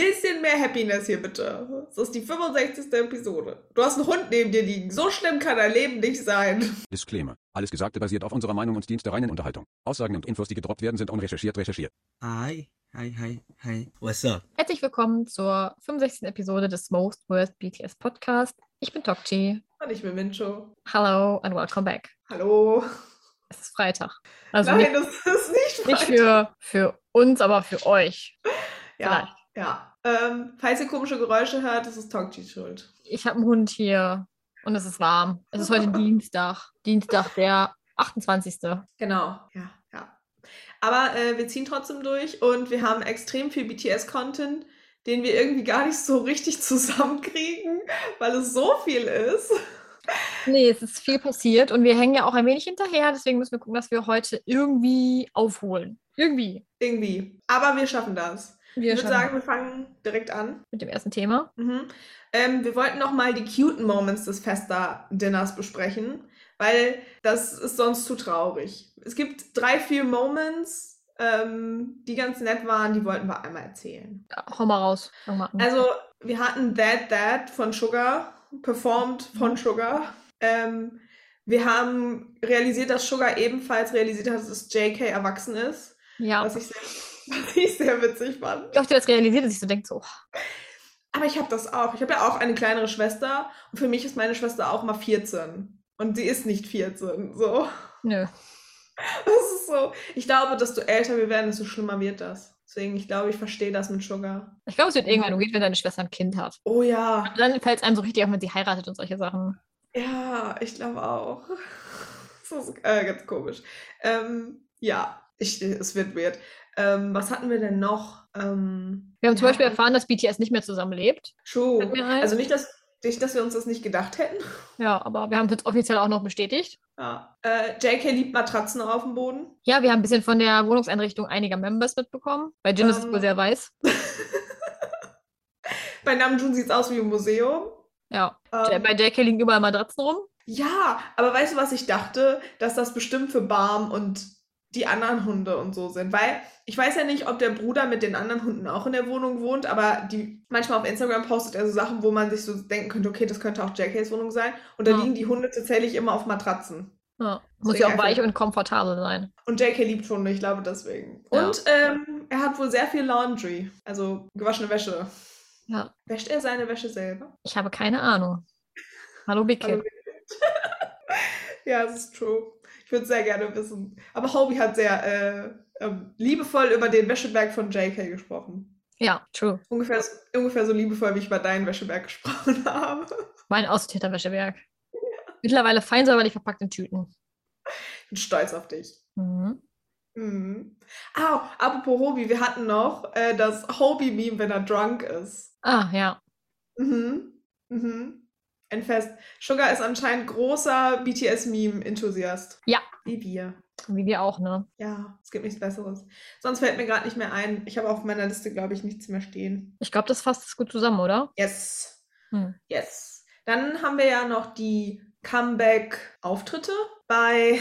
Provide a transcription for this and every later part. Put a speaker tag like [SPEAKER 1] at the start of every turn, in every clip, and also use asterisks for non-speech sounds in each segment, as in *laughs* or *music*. [SPEAKER 1] bisschen mehr Happiness hier bitte. Das ist die 65. Episode. Du hast einen Hund neben dir liegen. So schlimm kann dein Leben nicht sein.
[SPEAKER 2] Disclaimer. Alles Gesagte basiert auf unserer Meinung und dient der reinen Unterhaltung. Aussagen und Infos, die gedroppt werden, sind unrecherchiert recherchiert.
[SPEAKER 3] Hi, hi, hi, hi. What's up?
[SPEAKER 4] Herzlich willkommen zur 65. Episode des Most Worst BTS Podcast. Ich bin Tokchi.
[SPEAKER 1] Und ich bin Mincho.
[SPEAKER 4] Hello and welcome back.
[SPEAKER 1] Hallo.
[SPEAKER 4] Es ist Freitag. Also
[SPEAKER 1] Nein,
[SPEAKER 4] nicht,
[SPEAKER 1] das ist nicht
[SPEAKER 4] nicht
[SPEAKER 1] falsch.
[SPEAKER 4] für, für uns, aber für euch.
[SPEAKER 1] Ja, ja. Ähm, falls ihr komische Geräusche hört, das ist Tongchi schuld.
[SPEAKER 4] Ich habe einen Hund hier und es ist warm. Es
[SPEAKER 1] *laughs*
[SPEAKER 4] ist heute Dienstag. Dienstag, der 28.
[SPEAKER 1] Genau. Ja, ja. Aber äh, wir ziehen trotzdem durch und wir haben extrem viel BTS-Content, den wir irgendwie gar nicht so richtig *laughs* zusammenkriegen, weil es so viel ist.
[SPEAKER 4] Nee, es ist viel passiert und wir hängen ja auch ein wenig hinterher. Deswegen müssen wir gucken, dass wir heute irgendwie aufholen. Irgendwie.
[SPEAKER 1] Irgendwie. Aber wir schaffen das.
[SPEAKER 4] Wir
[SPEAKER 1] ich würde
[SPEAKER 4] schaffen
[SPEAKER 1] sagen, wir fangen direkt an.
[SPEAKER 4] mit dem ersten Thema.
[SPEAKER 1] Mhm. Ähm, wir wollten noch mal die cuten Moments des Festa-Dinners besprechen, weil das ist sonst zu traurig. Es gibt drei, vier Moments, ähm, die ganz nett waren, die wollten wir einmal erzählen.
[SPEAKER 4] Ja, hau mal raus. Fang mal an.
[SPEAKER 1] Also, wir hatten That That von Sugar, performt von Sugar. Ähm, wir haben realisiert, dass Sugar ebenfalls realisiert hat, dass JK erwachsen ist,
[SPEAKER 4] ja.
[SPEAKER 1] was, ich sehr, *laughs* was ich sehr witzig fand.
[SPEAKER 4] Ich dachte, das realisiert, dass ich so denke, so, oh,
[SPEAKER 1] Aber ich habe das auch. Ich habe ja auch eine kleinere Schwester und für mich ist meine Schwester auch mal 14. Und sie ist nicht 14. So. *laughs*
[SPEAKER 4] nö.
[SPEAKER 1] Das ist so. Ich glaube, desto älter wir werden, desto schlimmer wird das. Deswegen, ich glaube, ich verstehe das mit Sugar.
[SPEAKER 4] Ich glaube, es wird irgendwann weird, wenn deine Schwester ein Kind hat.
[SPEAKER 1] Oh ja.
[SPEAKER 4] Und dann fällt es einem so richtig auf, wenn sie heiratet und solche Sachen.
[SPEAKER 1] Ja, ich glaube auch. *laughs* Das ist äh, ganz komisch. Ähm, ja, ich, es wird weird. Ähm, was hatten wir denn noch? Ähm,
[SPEAKER 4] Wir haben zum
[SPEAKER 1] Ja.
[SPEAKER 4] Beispiel erfahren, dass BTS nicht mehr zusammenlebt.
[SPEAKER 1] true.
[SPEAKER 4] Fällt mir ein.
[SPEAKER 1] Also nicht, dass, nicht, dass wir uns das nicht gedacht hätten.
[SPEAKER 4] Ja, aber wir haben es jetzt offiziell auch noch bestätigt.
[SPEAKER 1] Ja. Äh, JK liebt Matratzen auf dem Boden.
[SPEAKER 4] Ja, wir haben ein bisschen von der Wohnungseinrichtung einiger Members mitbekommen. Bei Jin ist es
[SPEAKER 1] Ähm.
[SPEAKER 4] wohl sehr weiß.
[SPEAKER 1] Bei Namjoon sieht es aus wie ein Museum.
[SPEAKER 4] Ja. J-
[SPEAKER 1] Ähm,
[SPEAKER 4] Bei JK liegen überall Matratzen rum.
[SPEAKER 1] ja, aber weißt du, was ich dachte? Dass das bestimmt für Barm und die anderen Hunde und so sind. Weil ich weiß ja nicht, ob der Bruder mit den anderen Hunden auch in der Wohnung wohnt, aber die, manchmal auf Instagram postet er so Sachen, wo man sich so denken könnte, okay, das könnte auch JKs Wohnung sein. Und da
[SPEAKER 4] Ja.
[SPEAKER 1] liegen die Hunde tatsächlich immer auf Matratzen.
[SPEAKER 4] Ja. Muss
[SPEAKER 1] Deswegen
[SPEAKER 4] ja auch
[SPEAKER 1] einfach-
[SPEAKER 4] weich und komfortabel sein.
[SPEAKER 1] Und JK liebt Hunde, ich glaube deswegen.
[SPEAKER 4] Ja.
[SPEAKER 1] Und ähm, er hat wohl sehr viel Laundry, also gewaschene Wäsche.
[SPEAKER 4] Ja.
[SPEAKER 1] Wäscht er seine Wäsche selber?
[SPEAKER 4] Ich habe keine Ahnung. Hallo Big Kid.
[SPEAKER 1] Hallo, Ja, das ist true. Ich würde sehr gerne wissen. Aber Hobie hat sehr äh, ähm, liebevoll über den Wäscheberg von JK gesprochen.
[SPEAKER 4] Ja, true.
[SPEAKER 1] Ungefähr, so- ungefähr so liebevoll, wie ich über deinen Wäscheberg gesprochen *laughs* habe.
[SPEAKER 4] Mein aussortierter Wäschewerk. Mittlerweile fein säuberlich verpackt in Tüten.
[SPEAKER 1] Ich bin stolz auf dich.
[SPEAKER 4] Mhm.
[SPEAKER 1] Mhm. Ah, apropos Hobie, wir hatten noch äh, das Hobie-Meme, wenn er drunk ist.
[SPEAKER 4] Ah, ja.
[SPEAKER 1] Mhm. Mhm. Ein Fest. Sugar ist anscheinend großer BTS-Meme-Enthusiast.
[SPEAKER 4] Ja.
[SPEAKER 1] Wie wir.
[SPEAKER 4] Wie wir auch, ne?
[SPEAKER 1] Ja, es gibt nichts Besseres. Sonst fällt mir gerade nicht mehr ein. Ich habe auf meiner Liste, glaube ich, nichts mehr stehen.
[SPEAKER 4] Ich glaube, das fasst es gut zusammen, oder?
[SPEAKER 1] Yes.
[SPEAKER 4] Hm.
[SPEAKER 1] Yes. Dann haben wir ja noch die Comeback-Auftritte bei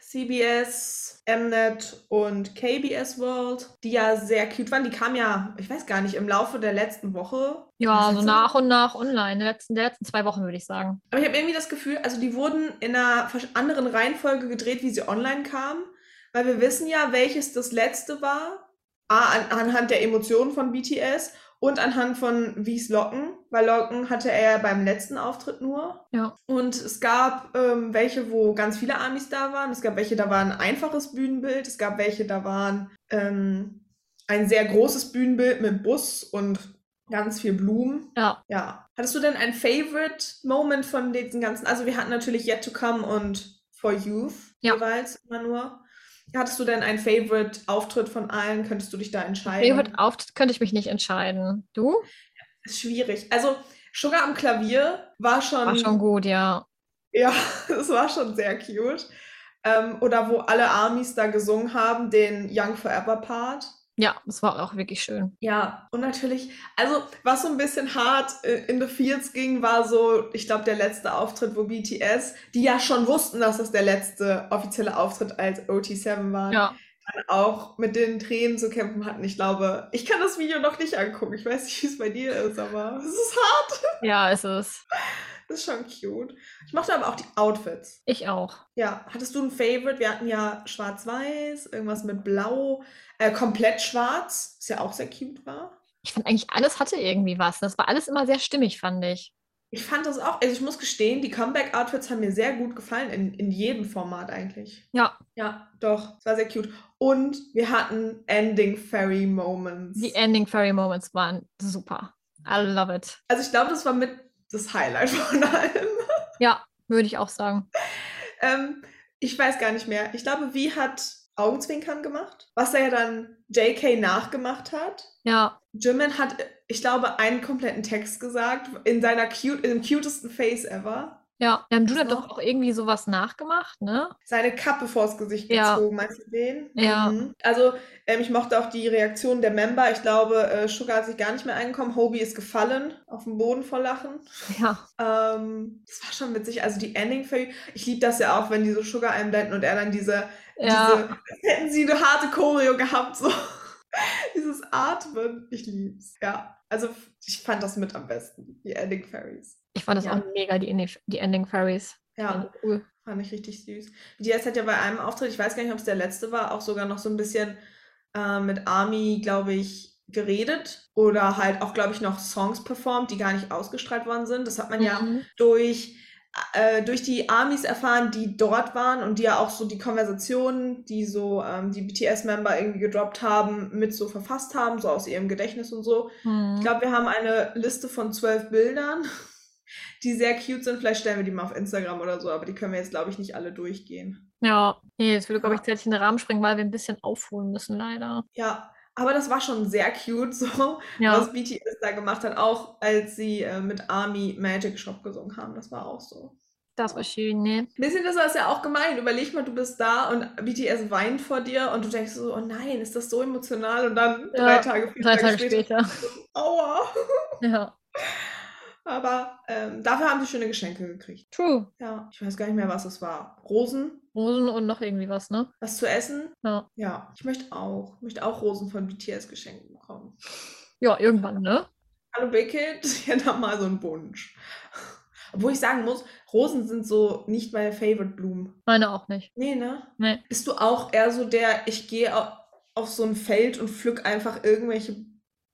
[SPEAKER 1] CBS, Mnet und KBS World, die ja sehr cute waren. Die kamen ja, ich weiß gar nicht, im Laufe der letzten Woche.
[SPEAKER 4] Ja, so
[SPEAKER 1] Letzte
[SPEAKER 4] nach und nach online. In den letzten, der letzten zwei Wochen, würde ich sagen.
[SPEAKER 1] Aber ich habe irgendwie das Gefühl, also die wurden in einer versch- anderen Reihenfolge gedreht, wie sie online kamen, weil wir wissen ja, welches das letzte war, A, an, anhand der Emotionen von BTS und anhand von Wies Locken, weil Locken hatte er ja beim letzten Auftritt nur.
[SPEAKER 4] Ja.
[SPEAKER 1] Und es gab ähm, welche, wo ganz viele Amis da waren, es gab welche, da war ein einfaches Bühnenbild, es gab welche, da waren ähm, ein sehr großes Bühnenbild mit Bus und ganz viel Blumen.
[SPEAKER 4] Ja.
[SPEAKER 1] Ja. Hattest du denn ein Favorite Moment von diesen ganzen? Also wir hatten natürlich Yet to Come und For Youth
[SPEAKER 4] Ja.
[SPEAKER 1] jeweils immer nur. Hattest du denn ein Favorite Auftritt von allen? Könntest du dich da entscheiden?
[SPEAKER 4] Favorite Auftritt könnte ich mich nicht entscheiden. Du?
[SPEAKER 1] Ist schwierig. Also Sugar am Klavier war schon,
[SPEAKER 4] War schon gut, ja.
[SPEAKER 1] ja, *laughs* das war schon sehr cute. Ähm, oder wo alle Armies da gesungen haben, den Young Forever Part.
[SPEAKER 4] Ja, das war auch wirklich schön.
[SPEAKER 1] Ja, und natürlich, also was so ein bisschen hart äh, in the fields ging, war so, ich glaube, der letzte Auftritt, wo BTS, die ja schon wussten, dass das der letzte offizielle Auftritt als OT7 war,
[SPEAKER 4] Ja.
[SPEAKER 1] auch mit den Tränen zu kämpfen hatten. Ich glaube, ich kann das Video noch nicht angucken. Ich weiß nicht, wie es bei dir ist, aber es ist hart.
[SPEAKER 4] Ja, es ist.
[SPEAKER 1] Das ist schon cute. Ich mochte aber auch die Outfits.
[SPEAKER 4] Ich auch.
[SPEAKER 1] Ja, hattest du ein Favorite? Wir hatten ja schwarz-weiß, irgendwas mit blau, äh, komplett schwarz, was ja auch sehr cute war.
[SPEAKER 4] Ich fand eigentlich alles hatte irgendwie was. Das war alles immer sehr stimmig, fand ich.
[SPEAKER 1] Ich fand das auch, also ich muss gestehen, die Comeback-Outfits haben mir sehr gut gefallen, in, in jedem Format eigentlich.
[SPEAKER 4] Ja.
[SPEAKER 1] Ja, doch, es war sehr cute. Und wir hatten Ending Fairy Moments.
[SPEAKER 4] Die Ending Fairy Moments waren super. I love it.
[SPEAKER 1] also ich glaube, das war mit das Highlight von allem. *laughs*
[SPEAKER 4] Ja, würde ich auch sagen.
[SPEAKER 1] Ähm, ich weiß gar nicht mehr. Ich glaube, wie hat Augenzwinkern gemacht, was er ja dann JK nachgemacht hat.
[SPEAKER 4] Ja,
[SPEAKER 1] Jimin hat, ich glaube, einen kompletten Text gesagt, in seiner cute, in dem cutesten Face ever.
[SPEAKER 4] ja. Wir haben Jun hat
[SPEAKER 1] noch?
[SPEAKER 4] doch auch irgendwie sowas nachgemacht, ne?
[SPEAKER 1] Seine Kappe vors Gesicht
[SPEAKER 4] Ja.
[SPEAKER 1] gezogen, meinst du den?
[SPEAKER 4] Ja.
[SPEAKER 1] Mhm. Also, ähm, ich mochte auch die Reaktion der Member. Ich glaube, äh, Sugar hat sich gar nicht mehr eingekommen. Hobie ist gefallen, auf dem Boden vor Lachen.
[SPEAKER 4] Ja,
[SPEAKER 1] Ähm, das war schon witzig. Also, die Ending für Ich liebe das ja auch, wenn die so Sugar einblenden und er dann diese,
[SPEAKER 4] ja.
[SPEAKER 1] diese als hätten sie eine harte Choreo gehabt, so. *laughs* Dieses Atmen, ich lieb's. Ja, also f- ich fand das mit am besten, die Ending Fairies.
[SPEAKER 4] Ich fand das
[SPEAKER 1] Ja.
[SPEAKER 4] auch mega, die, Ending- die Ending Fairies.
[SPEAKER 1] Ja,
[SPEAKER 4] Waren Cool.
[SPEAKER 1] fand ich richtig süß. BTS hat ja bei einem Auftritt, ich weiß gar nicht, ob es der letzte war, auch sogar noch so ein bisschen äh, mit Army, glaube ich, geredet oder halt auch, glaube ich, noch Songs performt, die gar nicht ausgestrahlt worden sind. Das hat man ja
[SPEAKER 4] Mhm.
[SPEAKER 1] durch, äh, durch die Armies erfahren, die dort waren und die ja auch so die Konversationen, die so ähm, die BTS-Member irgendwie gedroppt haben, mit so verfasst haben, so aus ihrem Gedächtnis und so. Ich
[SPEAKER 4] Mhm.
[SPEAKER 1] glaube, wir haben eine Liste von zwölf Bildern, *laughs* die sehr cute sind. Vielleicht stellen wir die mal auf Instagram oder so, aber die können wir jetzt, glaube ich, nicht alle durchgehen.
[SPEAKER 4] Ja, nee, jetzt würde, glaube ich, zeitlich in den Rahmen springen, weil wir ein bisschen aufholen müssen, leider.
[SPEAKER 1] Ja, aber das war schon sehr cute, *laughs* so
[SPEAKER 4] Ja,
[SPEAKER 1] was BTS da gemacht hat, auch als sie äh, mit Army Magic Shop gesungen haben. Das war auch so.
[SPEAKER 4] das war schön, ne?
[SPEAKER 1] Ein bisschen ist das ja auch gemein. Überleg mal, du bist da und BTS weint vor dir und du denkst so, oh nein, ist das so emotional? Und dann
[SPEAKER 4] Ja,
[SPEAKER 1] drei Tage, vier
[SPEAKER 4] Drei Tage später. *laughs*
[SPEAKER 1] Aua. *laughs*
[SPEAKER 4] Ja,
[SPEAKER 1] Aber ähm, dafür haben sie schöne Geschenke gekriegt.
[SPEAKER 4] true.
[SPEAKER 1] Ja, ich weiß gar nicht mehr, was es war. Rosen,
[SPEAKER 4] Rosen und noch irgendwie was, ne?
[SPEAKER 1] was zu essen.
[SPEAKER 4] Ja.
[SPEAKER 1] Ja, ich möchte auch. Ich möchte auch Rosen von BTS geschenkt bekommen.
[SPEAKER 4] Ja, irgendwann, ne?
[SPEAKER 1] Hallo Beckett, *laughs* ich hätte mal so einen Wunsch. Obwohl ich sagen muss, Rosen sind so nicht meine Favorite-Blumen.
[SPEAKER 4] Meine auch nicht.
[SPEAKER 1] Nee, ne?
[SPEAKER 4] Nee.
[SPEAKER 1] Bist du auch eher so der, ich gehe au- auf so ein Feld und pflück einfach irgendwelche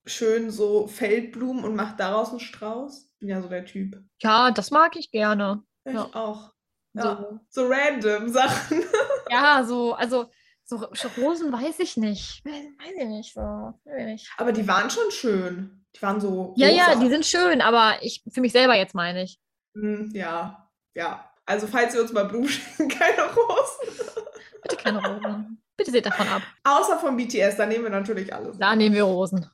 [SPEAKER 1] schönen so Feldblumen und mach daraus einen Strauß? Bin ja so der Typ.
[SPEAKER 4] Ja, das mag ich gerne.
[SPEAKER 1] Ja,
[SPEAKER 4] Ja.
[SPEAKER 1] Ich auch. Ja.
[SPEAKER 4] So.
[SPEAKER 1] So random *laughs* Sachen.
[SPEAKER 4] Ja, so, also, so Sch- Rosen weiß ich nicht. Weiß, weiß ich nicht so. Weiß ich nicht.
[SPEAKER 1] Aber die waren schon schön. Die waren so.
[SPEAKER 4] Ja, ja,
[SPEAKER 1] rosa.
[SPEAKER 4] die sind schön, aber ich für mich selber jetzt meine ich.
[SPEAKER 1] Hm, ja, ja. Also, falls ihr uns mal Blumen *laughs* schenken, keine Rosen.
[SPEAKER 4] Bitte keine Rosen. Bitte seht davon ab.
[SPEAKER 1] Außer von BTS, da nehmen wir natürlich alles.
[SPEAKER 4] Da nehmen wir Rosen.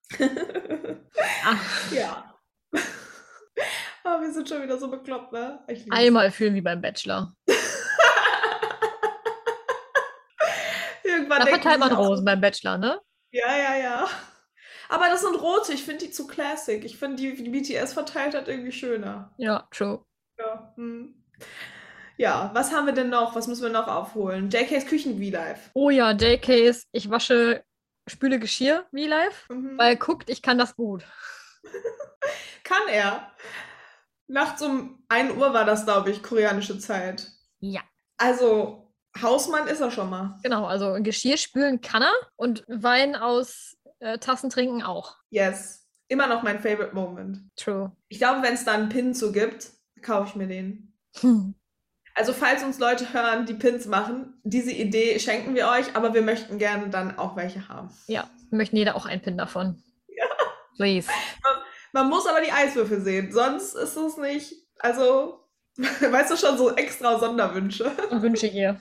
[SPEAKER 4] Ah,
[SPEAKER 1] Ja. *laughs* Aber wir sind schon wieder so bekloppt, ne? Ich lieb's.
[SPEAKER 4] einmal fühlen wie beim Bachelor.
[SPEAKER 1] Irgendwann
[SPEAKER 4] Da
[SPEAKER 1] denken
[SPEAKER 4] verteilt
[SPEAKER 1] sich
[SPEAKER 4] man
[SPEAKER 1] auch so,
[SPEAKER 4] Rosen beim Bachelor, ne?
[SPEAKER 1] Ja, ja, ja. Aber das sind rote, ich finde die zu classic. Ich finde die, die BTS verteilt hat, irgendwie schöner.
[SPEAKER 4] Ja, true.
[SPEAKER 1] Ja. Hm. ja, was haben wir denn noch? Was müssen wir noch aufholen? JKs Küchen V-Live.
[SPEAKER 4] Oh ja, JKs, ich wasche, spüle Geschirr wie live,
[SPEAKER 1] Mhm.
[SPEAKER 4] weil guckt, ich kann das gut.
[SPEAKER 1] Kann er. Nachts um 1 Uhr war das, glaube ich, koreanische Zeit.
[SPEAKER 4] Ja.
[SPEAKER 1] Also, Hausmann ist er schon mal.
[SPEAKER 4] Genau, also Geschirr spülen kann er und Wein aus äh, Tassen trinken auch.
[SPEAKER 1] Yes. Immer noch mein favorite Moment.
[SPEAKER 4] True.
[SPEAKER 1] Ich glaube, wenn es da einen Pin zu gibt, kaufe ich mir den.
[SPEAKER 4] Hm.
[SPEAKER 1] Also falls uns Leute hören, die Pins machen, diese Idee schenken wir euch, aber wir möchten gerne dann auch welche haben.
[SPEAKER 4] Ja, wir möchten jeder auch einen Pin davon. Please.
[SPEAKER 1] *laughs* Man muss aber die Eiswürfel sehen, sonst ist es nicht, also, *laughs* weißt du schon, so extra Sonderwünsche.
[SPEAKER 4] Und Wünsche hier.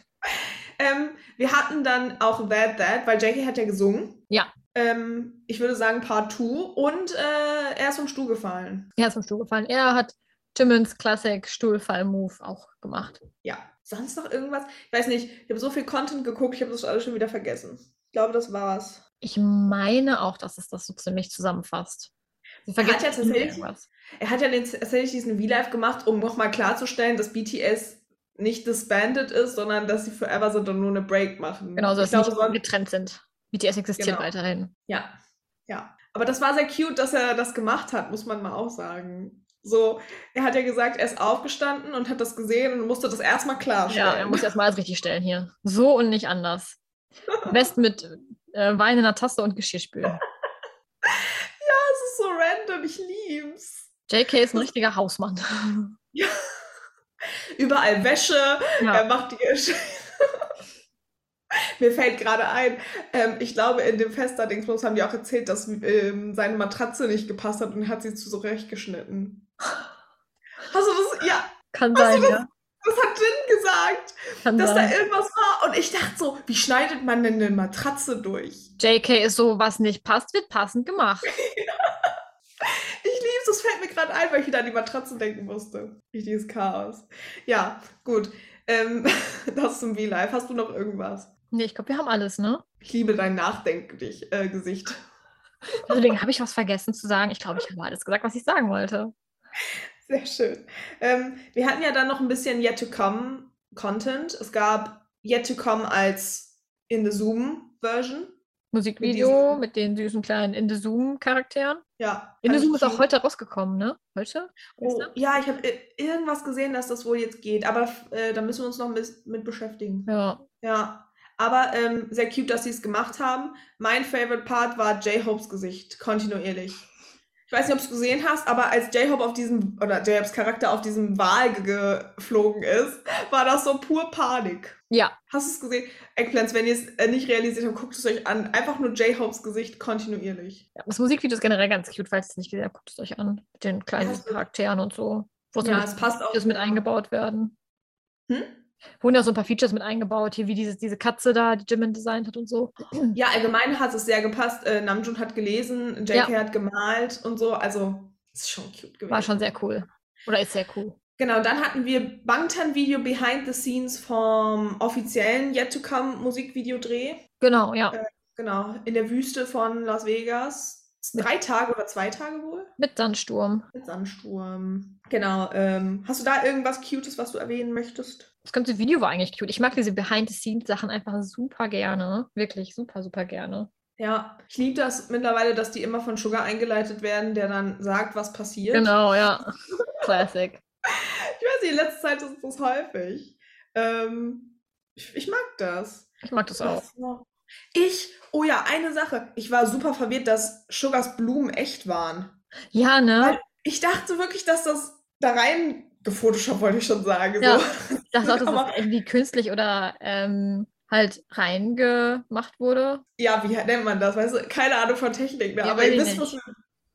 [SPEAKER 1] Ähm, wir hatten dann auch That That, weil Jackie hat ja gesungen.
[SPEAKER 4] Ja.
[SPEAKER 1] Ähm, ich würde sagen Part 2 und äh, er ist vom Stuhl gefallen.
[SPEAKER 4] Er ist vom Stuhl gefallen. Er hat Timmons Classic Stuhlfall-Move auch gemacht.
[SPEAKER 1] Ja. Sonst noch irgendwas? Ich weiß nicht, ich habe so viel Content geguckt, ich habe das alles schon wieder vergessen. Ich glaube, das war's.
[SPEAKER 4] Ich meine auch, dass es das so ziemlich zusammenfasst. Sie vergisst
[SPEAKER 1] ja
[SPEAKER 4] nie
[SPEAKER 1] tatsächlich-
[SPEAKER 4] irgendwas.
[SPEAKER 1] Er hat ja den- tatsächlich diesen V-Live gemacht, um nochmal klarzustellen, dass BTS nicht disbanded ist, sondern dass sie Forever sind und nur eine Break machen.
[SPEAKER 4] Genau, so
[SPEAKER 1] ich
[SPEAKER 4] dass
[SPEAKER 1] glaube,
[SPEAKER 4] nicht
[SPEAKER 1] sonst-
[SPEAKER 4] getrennt sind. BTS existiert
[SPEAKER 1] Genau.
[SPEAKER 4] weiterhin.
[SPEAKER 1] Ja, ja. Aber das war sehr cute, dass er das gemacht hat, muss man mal auch sagen. So, er hat ja gesagt, er ist aufgestanden und hat das gesehen und musste das erstmal
[SPEAKER 4] Ja, er
[SPEAKER 1] klarstellen.
[SPEAKER 4] muss erstmal alles richtig stellen hier. So und nicht anders. Am Besten mit äh, Wein in der Tasse und Geschirrspülen.
[SPEAKER 1] das ist so random, ich lieb's.
[SPEAKER 4] JK ist ein
[SPEAKER 1] *laughs*
[SPEAKER 4] richtiger Hausmann.
[SPEAKER 1] Überall Wäsche, er
[SPEAKER 4] ja.
[SPEAKER 1] macht die Gesch- *laughs* Mir fällt gerade ein, ähm, ich glaube, in dem Fester-Dingsbums haben die auch erzählt, dass ähm, seine Matratze nicht gepasst hat und hat sie zurechtgeschnitten.
[SPEAKER 4] *laughs*
[SPEAKER 1] Hast du das? Ja,
[SPEAKER 4] Kann sein, ja.
[SPEAKER 1] das hat Jin gesagt.
[SPEAKER 4] Kann
[SPEAKER 1] dass da
[SPEAKER 4] sein.
[SPEAKER 1] irgendwas war. Und ich dachte so, wie schneidet man denn eine Matratze durch?
[SPEAKER 4] JK ist so, was nicht passt, wird passend gemacht.
[SPEAKER 1] Ich lieb's, das fällt mir gerade ein, weil ich wieder an die Matratze denken musste. Richtiges Chaos. Ja, gut. Ähm, *laughs* das zum V-Live. Hast du noch irgendwas?
[SPEAKER 4] Nee, ich glaube, wir haben alles, ne?
[SPEAKER 1] Ich liebe dein Nachdenkgesicht. Äh, Gesicht. *laughs*
[SPEAKER 4] Deswegen habe ich was vergessen zu sagen. Ich glaube, ich habe alles gesagt, was ich sagen wollte.
[SPEAKER 1] Sehr schön. Ähm, wir hatten ja dann noch ein bisschen Yet to Come Content. Es gab Yet to Come als in the Zoom Version.
[SPEAKER 4] Musikvideo mit, den süßen kleinen In the Zoom-Charakteren.
[SPEAKER 1] Ja. also
[SPEAKER 4] In the
[SPEAKER 1] fand ich
[SPEAKER 4] Zoom ist auch
[SPEAKER 1] cute.
[SPEAKER 4] heute rausgekommen, ne? Heute?
[SPEAKER 1] Oh,
[SPEAKER 4] Gestern?
[SPEAKER 1] ja, ich habe irgendwas gesehen, dass das wohl jetzt geht, aber äh, da müssen wir uns noch mit, mit beschäftigen.
[SPEAKER 4] Ja.
[SPEAKER 1] Ja, aber ähm, sehr cute, dass sie es gemacht haben. Mein favorite Part war J-Hopes Gesicht, kontinuierlich. Ich weiß nicht, ob du es gesehen hast, aber als J-Hope auf diesem, oder J-Hopes Charakter auf diesem Wal ge- geflogen ist, war das so pur Panik.
[SPEAKER 4] Ja.
[SPEAKER 1] Hast du es gesehen? Eggplants, wenn ihr es äh, nicht realisiert habt, guckt es euch an. Einfach nur J-Hopes Gesicht kontinuierlich.
[SPEAKER 4] Ja, Das Musikvideo ist generell ganz cute, falls ihr es nicht gesehen habt, guckt es euch an. Mit den kleinen
[SPEAKER 1] Ja, so-
[SPEAKER 4] Charakteren und so. Wo so
[SPEAKER 1] Ja,
[SPEAKER 4] ein
[SPEAKER 1] es
[SPEAKER 4] bisschen
[SPEAKER 1] passt auch
[SPEAKER 4] Features mit
[SPEAKER 1] sehr.
[SPEAKER 4] eingebaut werden.
[SPEAKER 1] Hm?
[SPEAKER 4] Wurden ja so ein paar Features mit eingebaut, hier wie dieses, diese Katze da, die Jimin designt hat und so.
[SPEAKER 1] Ja, allgemein hat es sehr gepasst. Äh, Namjoon hat gelesen, JK hat gemalt und so. Also, ist schon cute gewesen.
[SPEAKER 4] War schon sehr cool. Oder ist sehr cool.
[SPEAKER 1] Genau, dann hatten wir Bangtan-Video behind the scenes vom offiziellen Yet to Come Musikvideodreh.
[SPEAKER 4] Genau, ja.
[SPEAKER 1] Genau, in der Wüste von Las Vegas. Drei Tage oder zwei Tage wohl?
[SPEAKER 4] Mit Sandsturm.
[SPEAKER 1] Mit Sandsturm. Genau. Ähm, hast du da irgendwas Cutes, was du erwähnen möchtest?
[SPEAKER 4] Das ganze Video war eigentlich cute. Ich mag diese Behind-the-Scenes-Sachen einfach super gerne. Wirklich super, super gerne.
[SPEAKER 1] Ja, ich liebe das mittlerweile, dass die immer von Sugar eingeleitet werden, der dann sagt, was passiert.
[SPEAKER 4] Genau, ja. Classic.
[SPEAKER 1] Ich weiß nicht, in letzter Zeit ist das häufig. Ähm, ich, ich mag das.
[SPEAKER 4] Ich mag das auch.
[SPEAKER 1] Was noch? Ich, oh ja, eine Sache. Ich war super verwirrt, dass Sugars Blumen echt waren.
[SPEAKER 4] Ja, ne?
[SPEAKER 1] Ich dachte wirklich, dass das da rein gefotoshoppt, wollte ich schon sagen.
[SPEAKER 4] Ja.
[SPEAKER 1] So.
[SPEAKER 4] Das auch, dass
[SPEAKER 1] Aber-
[SPEAKER 4] das irgendwie künstlich oder ähm, halt reingemacht wurde.
[SPEAKER 1] *laughs* ja, wie nennt man das? Weißt du, keine Ahnung von Technik, ne?
[SPEAKER 4] Ja,
[SPEAKER 1] aber
[SPEAKER 4] weiß
[SPEAKER 1] ihr
[SPEAKER 4] ich
[SPEAKER 1] wisst, was ich-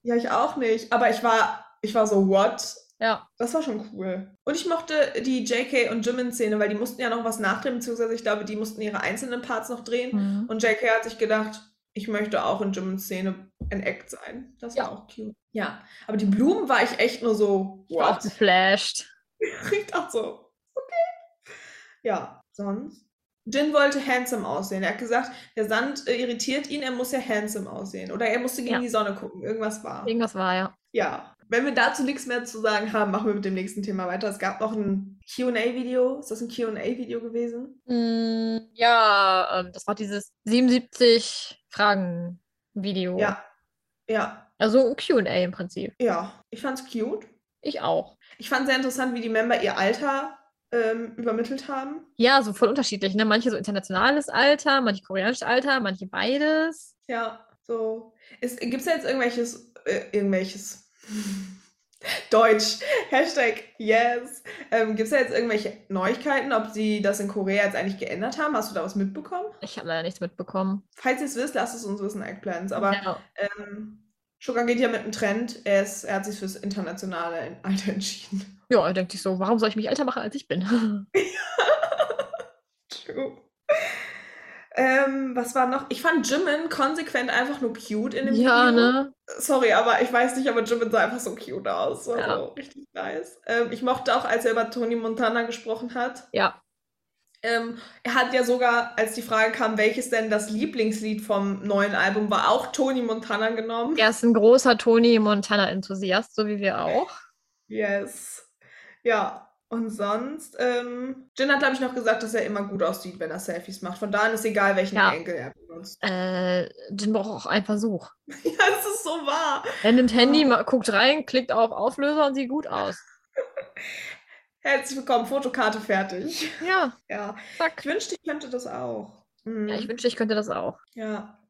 [SPEAKER 1] Ja, ich auch nicht. Aber ich war, ich war so, what?
[SPEAKER 4] Ja.
[SPEAKER 1] Das war schon cool. Und ich mochte die JK und Jimin-Szene, weil die mussten ja noch was nachdrehen, beziehungsweise ich glaube, die mussten ihre einzelnen Parts noch drehen.
[SPEAKER 4] Mhm.
[SPEAKER 1] Und JK hat sich gedacht, ich möchte auch in Jimmins Szene ein Act sein. Das war
[SPEAKER 4] Ja.
[SPEAKER 1] auch cute. Ja, aber die Blumen war ich echt nur so,
[SPEAKER 4] Ich war auch
[SPEAKER 1] what?
[SPEAKER 4] geflasht.
[SPEAKER 1] *laughs* Ich dachte so, okay. Ja, sonst? Jin wollte handsome aussehen. Er hat gesagt, der Sand äh, irritiert ihn, er muss ja handsome aussehen. Oder er musste gegen
[SPEAKER 4] Ja.
[SPEAKER 1] die Sonne gucken. Irgendwas war.
[SPEAKER 4] Irgendwas war ja.
[SPEAKER 1] Ja. Wenn wir dazu nichts mehr zu sagen haben, machen wir mit dem nächsten Thema weiter. Es gab noch ein QA-Video. Ist das ein QA-Video gewesen?
[SPEAKER 4] Mm, ja, ähm, das war dieses 77 Fragen-Video.
[SPEAKER 1] Ja. Ja.
[SPEAKER 4] Also ein QA im Prinzip.
[SPEAKER 1] Ja. Ich fand's cute.
[SPEAKER 4] Ich auch.
[SPEAKER 1] Ich fand sehr interessant, wie die Member ihr Alter ähm, übermittelt haben.
[SPEAKER 4] Ja, so voll unterschiedlich. Ne? Manche so internationales Alter, manche koreanisches Alter, manche beides.
[SPEAKER 1] Ja, so. Gibt es da jetzt irgendwelches, äh, irgendwelches *laughs* Deutsch, Hashtag yes. Ähm, Gibt es da jetzt irgendwelche Neuigkeiten, ob sie das in Korea jetzt eigentlich geändert haben? Hast du da was mitbekommen?
[SPEAKER 4] Ich habe leider nichts mitbekommen.
[SPEAKER 1] Falls ihr es wisst, lasst es uns wissen, Eggplants. Aber
[SPEAKER 4] ja,
[SPEAKER 1] ähm, Shogun geht ja mit einem Trend. Er, ist, er hat sich fürs internationale Alter entschieden.
[SPEAKER 4] ja denkt sich so, warum soll ich mich älter machen, als ich bin?
[SPEAKER 1] True. Ähm, was war noch? Ich fand Jimin konsequent einfach nur cute in dem
[SPEAKER 4] *laughs* ja,
[SPEAKER 1] Video.
[SPEAKER 4] ne?
[SPEAKER 1] Sorry, aber ich weiß nicht, aber Jimin sah einfach so cute aus. War
[SPEAKER 4] Ja.
[SPEAKER 1] so richtig nice. Ähm, ich mochte auch, als er über Tony Montana gesprochen hat.
[SPEAKER 4] Ja.
[SPEAKER 1] Ähm, er hat ja sogar, als die Frage kam, welches denn das Lieblingslied vom neuen Album war, auch Tony Montana genommen.
[SPEAKER 4] Er ist ein großer Tony Montana-Enthusiast, so wie wir auch.
[SPEAKER 1] Yes. Ja, Und sonst, ähm, Jin hat, glaube ich, noch gesagt, dass er immer gut aussieht, wenn er Selfies macht. Von daher ist egal, welchen
[SPEAKER 4] Ja.
[SPEAKER 1] Enkel er benutzt.
[SPEAKER 4] Äh, Jin braucht auch einen Versuch.
[SPEAKER 1] Ja, es ist so wahr.
[SPEAKER 4] Er nimmt Handy, ma- guckt rein, klickt auf Auflöser und sieht gut aus.
[SPEAKER 1] Herzlich willkommen, Fotokarte fertig.
[SPEAKER 4] Ja,
[SPEAKER 1] Ja, ich
[SPEAKER 4] zack.
[SPEAKER 1] wünschte, ich könnte das auch. Mhm.
[SPEAKER 4] Ja, ich wünschte, ich könnte das auch.
[SPEAKER 1] Ja.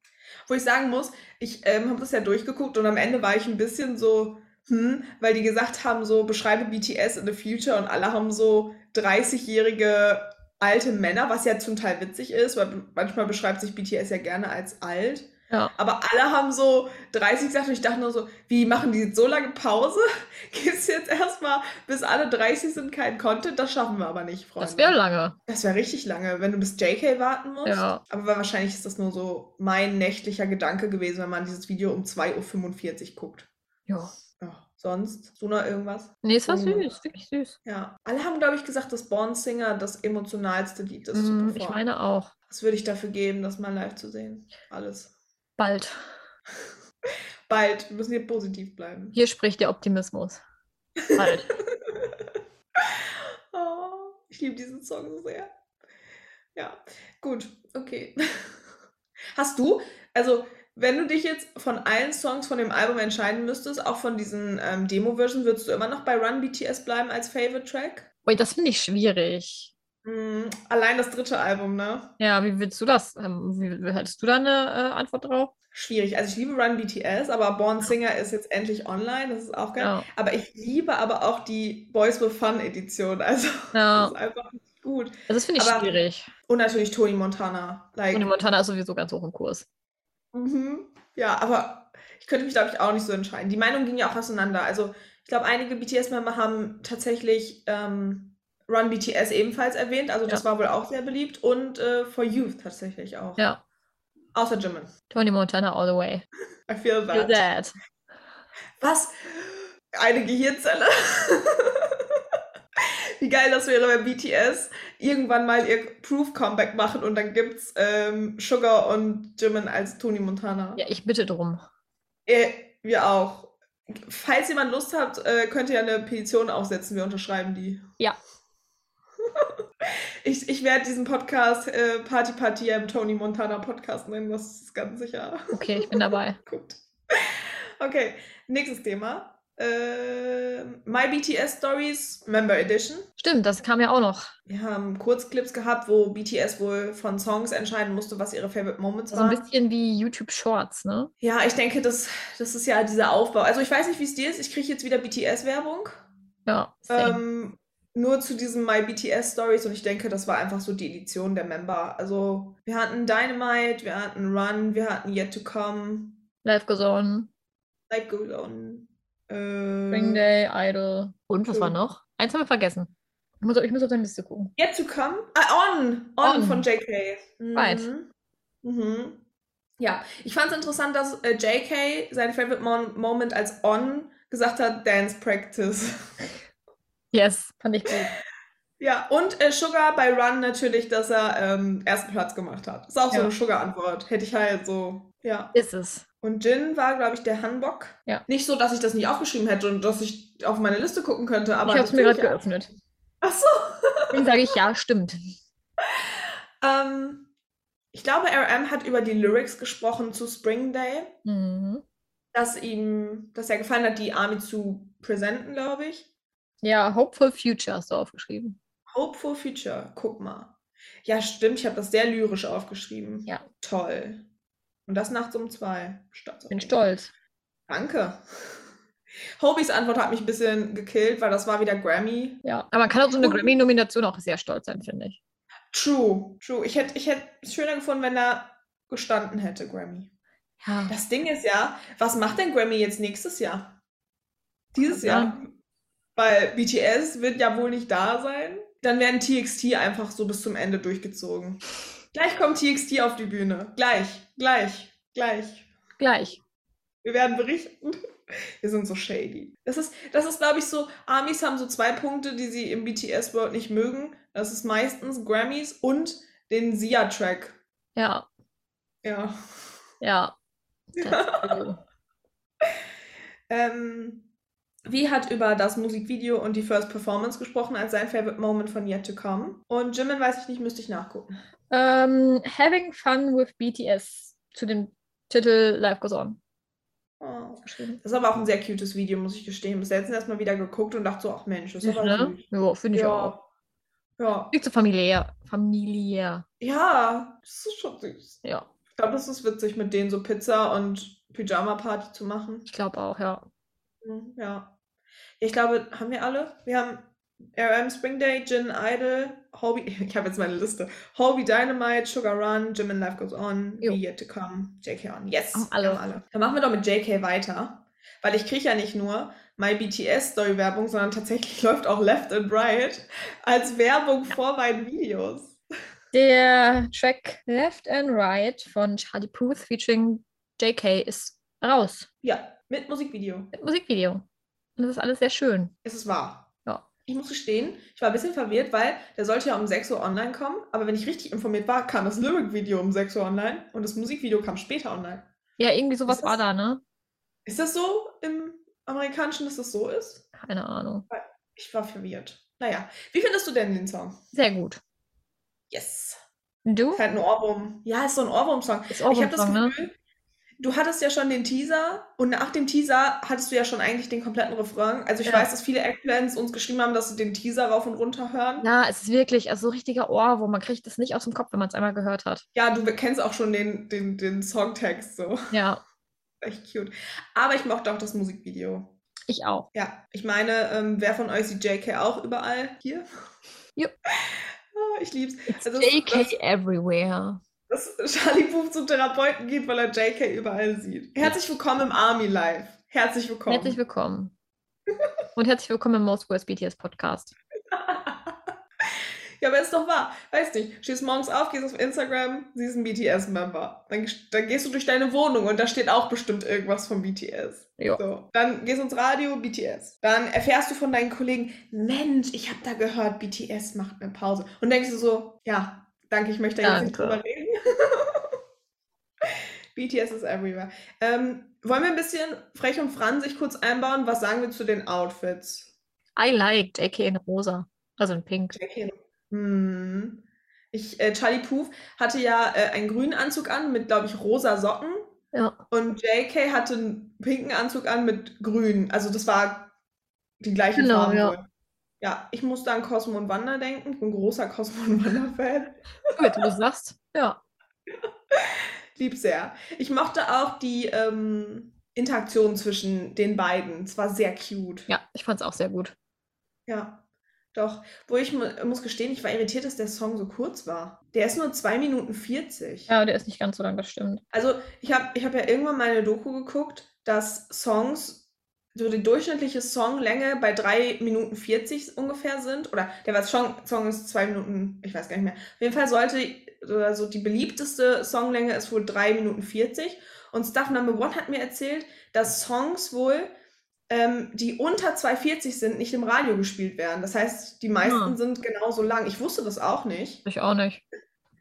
[SPEAKER 1] Wo ich sagen muss, ich ähm, habe das ja durchgeguckt und am Ende war ich ein bisschen so, hm, weil die gesagt haben, so beschreibe BTS in the future und alle haben so 30-jährige alte Männer, was ja zum Teil witzig ist, weil manchmal beschreibt sich BTS ja gerne als alt.
[SPEAKER 4] Ja.
[SPEAKER 1] Aber alle haben so 30 gesagt und ich dachte nur so, wie machen die jetzt so lange Pause? *laughs* Gibt's jetzt erstmal, bis alle 30 sind, kein Content? Das schaffen wir aber nicht, Freunde.
[SPEAKER 4] Das wäre lange.
[SPEAKER 1] Das wäre richtig lange, wenn du bis JK warten musst.
[SPEAKER 4] Ja.
[SPEAKER 1] Aber wahrscheinlich ist das nur so mein nächtlicher Gedanke gewesen, wenn man dieses Video um 2.45 Uhr guckt.
[SPEAKER 4] Ja.
[SPEAKER 1] Ja. Sonst? Du noch irgendwas?
[SPEAKER 4] Nee, es war
[SPEAKER 1] Mhm.
[SPEAKER 4] süß, wirklich süß.
[SPEAKER 1] Ja. Alle haben, glaube ich, gesagt, dass Born Singer das emotionalste Lied ist. zu
[SPEAKER 4] Mm, ich
[SPEAKER 1] performen.
[SPEAKER 4] meine auch.
[SPEAKER 1] Was würde ich dafür geben, das mal live zu sehen? Alles.
[SPEAKER 4] Bald.
[SPEAKER 1] Bald. Wir müssen hier positiv bleiben.
[SPEAKER 4] Hier spricht der Optimismus. Bald.
[SPEAKER 1] Oh, ich liebe diesen Song so sehr. Ja, gut, okay. *laughs* Hast du, also wenn du dich jetzt von allen Songs von dem Album entscheiden müsstest, auch von diesen ähm, Demo-Version, würdest du immer noch bei Run BTS bleiben als Favorite Track?
[SPEAKER 4] Ui, das finde ich schwierig. Mhm,
[SPEAKER 1] Mm, allein das dritte Album, ne?
[SPEAKER 4] Ja, wie willst du das? Ähm, wie, wie, hattest du da eine äh, Antwort drauf?
[SPEAKER 1] Schwierig. Also ich liebe Run BTS, aber Born Singer ist jetzt endlich online, das ist auch geil.
[SPEAKER 4] Ja.
[SPEAKER 1] Aber ich liebe aber auch die Boys with Fun Edition, also das
[SPEAKER 4] ja.
[SPEAKER 1] ist einfach gut.
[SPEAKER 4] Also, das finde ich
[SPEAKER 1] Aber-
[SPEAKER 4] schwierig.
[SPEAKER 1] Und natürlich Tony Montana. Like,
[SPEAKER 4] Und die Montana ist sowieso ganz hoch im Kurs.
[SPEAKER 1] Mhm. Ja, aber ich könnte mich, glaube ich, auch nicht so entscheiden. Die Meinung ging ja auch auseinander. Also, ich glaube, einige BTS-Member haben tatsächlich ähm, Run BTS ebenfalls erwähnt. Also, das war wohl auch sehr beliebt. Und äh, For Youth tatsächlich auch.
[SPEAKER 4] Ja.
[SPEAKER 1] Außer Jimin.
[SPEAKER 4] Tony Montana all the way.
[SPEAKER 1] I feel
[SPEAKER 4] You're
[SPEAKER 1] that.
[SPEAKER 4] dead.
[SPEAKER 1] Was? Eine Gehirnzelle. *laughs* Wie geil das wäre, wenn BTS irgendwann mal ihr Proof-Comeback machen und dann gibt's ähm, Sugar und Jimin als Tony Montana.
[SPEAKER 4] Ja, ich bitte drum.
[SPEAKER 1] Äh, wir auch. Falls jemand Lust habt, äh, könnt ihr eine Petition aufsetzen. Wir unterschreiben die.
[SPEAKER 4] Ja.
[SPEAKER 1] *laughs* ich ich werde diesen Podcast äh, Party Party im Tony Montana Podcast nennen. Das ist ganz sicher. *laughs*
[SPEAKER 4] Okay, ich bin dabei.
[SPEAKER 1] Guckt. Okay, nächstes Thema. Äh, My BTS Stories Member Edition.
[SPEAKER 4] Stimmt, das kam ja auch noch.
[SPEAKER 1] Wir haben Kurzclips gehabt, wo BTS wohl von Songs entscheiden musste, was ihre Favorite Moments
[SPEAKER 4] So Also ein
[SPEAKER 1] waren.
[SPEAKER 4] bisschen wie YouTube Shorts, ne?
[SPEAKER 1] Ja, ich denke, das, das ist ja dieser Aufbau. Also ich weiß nicht, wie es dir ist. Ich kriege jetzt wieder BTS-Werbung.
[SPEAKER 4] Ja. same.
[SPEAKER 1] Ähm, nur zu diesem My BTS Stories und ich denke, das war einfach so die Edition der Member. Also wir hatten Dynamite, wir hatten Run, wir hatten Yet to Come,
[SPEAKER 4] Live Gesonnen,
[SPEAKER 1] Like Goes On. ähm,
[SPEAKER 4] Spring Day, Idol. Und was war
[SPEAKER 1] Schön.
[SPEAKER 4] noch? Eins haben wir vergessen. Ich muss, ich muss auf deine Liste gucken.
[SPEAKER 1] Yet to Come? Ah, on, on!
[SPEAKER 4] On.
[SPEAKER 1] von JK. Mhm.
[SPEAKER 4] Right.
[SPEAKER 1] Mhm. Ja, ich fand es interessant, dass äh, JK sein Favorite Mon Moment als On gesagt hat, Dance Practice. *laughs*
[SPEAKER 4] Yes, fand ich gut.
[SPEAKER 1] Ja, und äh, Sugar bei Run natürlich, dass er ähm, ersten Platz gemacht hat. Ist auch so
[SPEAKER 4] Ja.
[SPEAKER 1] eine Sugar-Antwort. Hätte ich halt so. Ja.
[SPEAKER 4] Ist es.
[SPEAKER 1] Und Jin war, glaube ich, der Hanbok.
[SPEAKER 4] Ja.
[SPEAKER 1] Nicht so, dass ich das nicht aufgeschrieben hätte und dass ich auf meine Liste gucken könnte, aber
[SPEAKER 4] ich habe
[SPEAKER 1] das
[SPEAKER 4] es mir
[SPEAKER 1] tue
[SPEAKER 4] gerade
[SPEAKER 1] ja.
[SPEAKER 4] geöffnet.
[SPEAKER 1] Ach so.
[SPEAKER 4] Deswegen sage ich ja, stimmt.
[SPEAKER 1] Ähm, ich glaube, RM hat über die Lyrics gesprochen zu Spring Day,
[SPEAKER 4] Mhm.
[SPEAKER 1] dass ihm, dass er gefallen hat, die Army zu präsenten, glaube ich.
[SPEAKER 4] Ja, Hopeful Future hast du aufgeschrieben.
[SPEAKER 1] Hope for Future, guck mal. Ja, stimmt, ich habe das sehr lyrisch aufgeschrieben.
[SPEAKER 4] Ja.
[SPEAKER 1] Toll. Und das nachts um zwei. Stolz auf
[SPEAKER 4] Bin
[SPEAKER 1] mich.
[SPEAKER 4] stolz.
[SPEAKER 1] Danke. Hobys Antwort hat mich ein bisschen gekillt, weil das war wieder Grammy.
[SPEAKER 4] Ja. Aber man kann auf so eine
[SPEAKER 1] Und-
[SPEAKER 4] Grammy-Nomination auch sehr stolz sein, finde ich.
[SPEAKER 1] True, true. Ich hätte ich hätt es schöner gefunden, wenn da gestanden hätte, Grammy.
[SPEAKER 4] Ja.
[SPEAKER 1] Das Ding ist ja, was macht denn Grammy jetzt nächstes Jahr? Dieses
[SPEAKER 4] Ja.
[SPEAKER 1] Jahr. Weil BTS wird ja wohl nicht da sein. Dann werden TXT einfach so bis zum Ende durchgezogen. Gleich kommt TXT auf die Bühne. Gleich, gleich, gleich.
[SPEAKER 4] Gleich.
[SPEAKER 1] Wir werden berichten. *laughs* Wir sind so shady. Das ist, das ist glaube ich, so, Amis haben so zwei Punkte, die sie im BTS-World nicht mögen. Das ist meistens Grammys und den Sia-Track.
[SPEAKER 4] Ja.
[SPEAKER 1] Ja. *laughs*
[SPEAKER 4] Ja. Das,
[SPEAKER 1] Ähm, Wie hat über das Musikvideo und die First Performance gesprochen als sein Favorite Moment von Yet to Come? Und Jimin weiß ich nicht, müsste ich nachgucken.
[SPEAKER 4] Ähm, having Fun with BTS zu dem Titel Life Goes On.
[SPEAKER 1] Oh.
[SPEAKER 4] geschrieben.
[SPEAKER 1] Das ist aber auch ein sehr cutes Video, muss ich gestehen. Bis letztens erstmal wieder geguckt und dachte so, ach Mensch, das ist
[SPEAKER 4] Ja,
[SPEAKER 1] aber
[SPEAKER 4] ne?
[SPEAKER 1] süß.
[SPEAKER 4] ja finde ich auch.
[SPEAKER 1] Ja. Ja.
[SPEAKER 4] Viel zu familiär. Familiär.
[SPEAKER 1] ja, das ist schon süß.
[SPEAKER 4] Ja,
[SPEAKER 1] Ich glaube, es ist witzig, mit denen so Pizza und Pyjama-Party zu machen.
[SPEAKER 4] ich glaube auch, ja.
[SPEAKER 1] Mhm, Ja. Ich glaube, haben wir alle? Wir haben RM Spring Day, Jin Idol, Hobie, *laughs* ich habe jetzt meine Liste. Hobie Dynamite, Sugar Run, Jim and Life Goes On,
[SPEAKER 4] Jo.
[SPEAKER 1] Be Yet to Come, JK On. Yes,
[SPEAKER 4] Haben alle.
[SPEAKER 1] wir Dann machen wir doch mit JK weiter, weil ich kriege ja nicht nur My BTS Story Werbung, sondern tatsächlich *laughs* läuft auch Left and Right als Werbung vor meinen Videos.
[SPEAKER 4] Der Track Left and Right von Charlie Puth featuring JK ist raus.
[SPEAKER 1] Ja, mit Musikvideo.
[SPEAKER 4] Mit Musikvideo. Und das ist alles sehr schön.
[SPEAKER 1] Es ist wahr.
[SPEAKER 4] Ja.
[SPEAKER 1] Ich muss gestehen, ich war ein bisschen verwirrt, weil der sollte ja um 6 Uhr online kommen, aber wenn ich richtig informiert war, kam das Lyric-Video um 6 Uhr online und das Musikvideo kam später online.
[SPEAKER 4] Ja, irgendwie sowas
[SPEAKER 1] Ist das-
[SPEAKER 4] war da, ne?
[SPEAKER 1] Ist das so im Amerikanischen, dass das so ist?
[SPEAKER 4] Keine Ahnung.
[SPEAKER 1] Ich war verwirrt. Naja, wie findest du denn den Song?
[SPEAKER 4] Sehr gut.
[SPEAKER 1] Yes.
[SPEAKER 4] Du?
[SPEAKER 1] Ist halt ein Ohrwurm. Ja, ist so ein Ohrwurm-Song. Ich
[SPEAKER 4] Ist
[SPEAKER 1] habe das
[SPEAKER 4] Ohrwurm, ne?
[SPEAKER 1] Gefühl, du hattest ja schon den Teaser und nach dem Teaser hattest du ja schon eigentlich den kompletten Refrain. Also ich
[SPEAKER 4] Ja.
[SPEAKER 1] weiß, dass viele Eggplants uns geschrieben haben, dass sie den Teaser rauf und runter hören.
[SPEAKER 4] Ja, es ist wirklich also so richtiger Ohrwurm. Man kriegt das nicht aus dem Kopf, wenn man es einmal gehört hat.
[SPEAKER 1] Ja, du kennst auch schon den, den, den Songtext so. *laughs*
[SPEAKER 4] Ja,
[SPEAKER 1] Echt cute. Aber ich mochte auch das Musikvideo.
[SPEAKER 4] ich auch.
[SPEAKER 1] Ja, ich meine, ähm, wer von euch sieht JK auch überall? Hier? *laughs*
[SPEAKER 4] Jo.
[SPEAKER 1] Ah, ich lieb's.
[SPEAKER 4] It's
[SPEAKER 1] Also,
[SPEAKER 4] JK
[SPEAKER 1] das-
[SPEAKER 4] everywhere.
[SPEAKER 1] Dass Charlie Puth zum Therapeuten geht, weil er JK überall sieht. Herzlich willkommen im Army Life. Herzlich willkommen.
[SPEAKER 4] Herzlich willkommen. Und herzlich willkommen im Most Worst BTS Podcast.
[SPEAKER 1] ja, aber ist doch wahr. Weiß nicht, stehst morgens auf, gehst auf Instagram, siehst einen BTS-Member. Dann, dann gehst du durch deine Wohnung und da steht auch bestimmt irgendwas vom BTS.
[SPEAKER 4] Ja.
[SPEAKER 1] So, dann gehst du ins Radio, BTS. Dann erfährst du von deinen Kollegen, Mensch, ich habe da gehört, BTS macht eine Pause. Und denkst du so, ja, danke, ich möchte da jetzt nicht
[SPEAKER 4] Danke.
[SPEAKER 1] drüber reden. *laughs* BTS ist everywhere. Ähm, wollen wir ein bisschen frech und franzig kurz einbauen? Was sagen wir zu den Outfits?
[SPEAKER 4] I liked JK in rosa. Also in pink.
[SPEAKER 1] Okay. Hm. Ich, äh, Charlie Puth hatte ja äh, einen grünen Anzug an mit, glaube ich, rosa Socken.
[SPEAKER 4] Ja.
[SPEAKER 1] Und JK hatte einen pinken Anzug an mit grün. Also das war die gleiche
[SPEAKER 4] Genau,
[SPEAKER 1] Farbe.
[SPEAKER 4] ja.
[SPEAKER 1] ja, ich musste an Cosmo und Wanda denken. Ich bin großer Cosmo und Wanda-Fan.
[SPEAKER 4] Gut, du das sagst. Ja.
[SPEAKER 1] Lieb sehr. Ich mochte auch die ähm, Interaktion zwischen den beiden. Es war sehr cute.
[SPEAKER 4] Ja, ich fand es auch sehr gut.
[SPEAKER 1] Ja, doch. Wo ich mu muss gestehen, ich war irritiert, dass der Song so kurz war. Der ist nur 2 Minuten 40.
[SPEAKER 4] Ja, der ist nicht ganz so lang, das stimmt.
[SPEAKER 1] Also ich habe ich hab ja irgendwann mal eine Doku geguckt, dass Songs, so die durchschnittliche Songlänge bei 3 Minuten 40 ungefähr sind. Oder der was Song, Song ist 2 Minuten, ich weiß gar nicht mehr. Auf jeden Fall sollte, oder so die beliebteste Songlänge ist wohl 3 Minuten 40. Und Stuff Number One hat mir erzählt, dass Songs wohl, ähm, die unter 2,40 sind, nicht im Radio gespielt werden. Das heißt, die meisten
[SPEAKER 4] Ah.
[SPEAKER 1] sind genauso lang. Ich wusste das auch nicht
[SPEAKER 4] Ich auch nicht.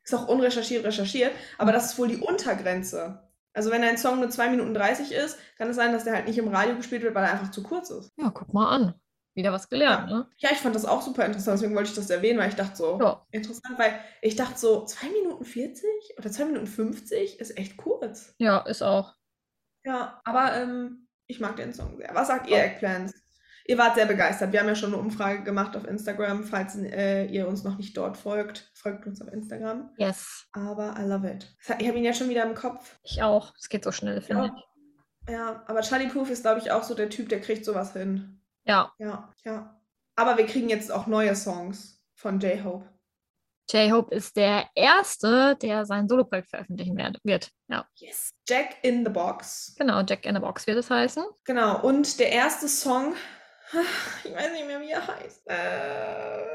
[SPEAKER 1] ist auch unrecherchiert recherchiert, aber das ist wohl die Untergrenze. Also wenn ein Song nur 2 Minuten 30 ist, kann es sein, dass der halt nicht im Radio gespielt wird, weil er einfach zu kurz ist.
[SPEAKER 4] Ja, guck mal an. Wieder was gelernt, ne?
[SPEAKER 1] Ja, ich fand das auch super interessant, deswegen wollte ich das erwähnen, weil ich dachte so,
[SPEAKER 4] Ja.
[SPEAKER 1] interessant, weil ich dachte so, 2 Minuten 40 oder 2 Minuten 50 ist echt kurz.
[SPEAKER 4] Ja, ist auch.
[SPEAKER 1] Ja, aber ähm, ich mag den Song sehr. Was sagt ihr, Eggplants? Ihr wart sehr begeistert. Wir haben ja schon eine Umfrage gemacht auf Instagram. Falls äh, ihr uns noch nicht dort folgt, folgt uns auf Instagram.
[SPEAKER 4] Yes.
[SPEAKER 1] Aber I love it. Ich habe ihn jetzt schon wieder im Kopf.
[SPEAKER 4] Ich auch. Es geht so schnell, finde
[SPEAKER 1] Ja.
[SPEAKER 4] ich.
[SPEAKER 1] Ja, aber Charlie Puth ist, glaube ich, auch so der Typ, der kriegt sowas hin.
[SPEAKER 4] Ja.
[SPEAKER 1] Ja, ja. Aber wir kriegen jetzt auch neue Songs von J-Hope.
[SPEAKER 4] J-Hope ist der Erste, der sein Soloprojekt veröffentlichen werd- wird. Ja,
[SPEAKER 1] Yes. Jack in the Box.
[SPEAKER 4] genau. Jack in the Box wird es heißen.
[SPEAKER 1] Genau, und der erste Song, *laughs* ich weiß nicht mehr, wie er heißt. Äh,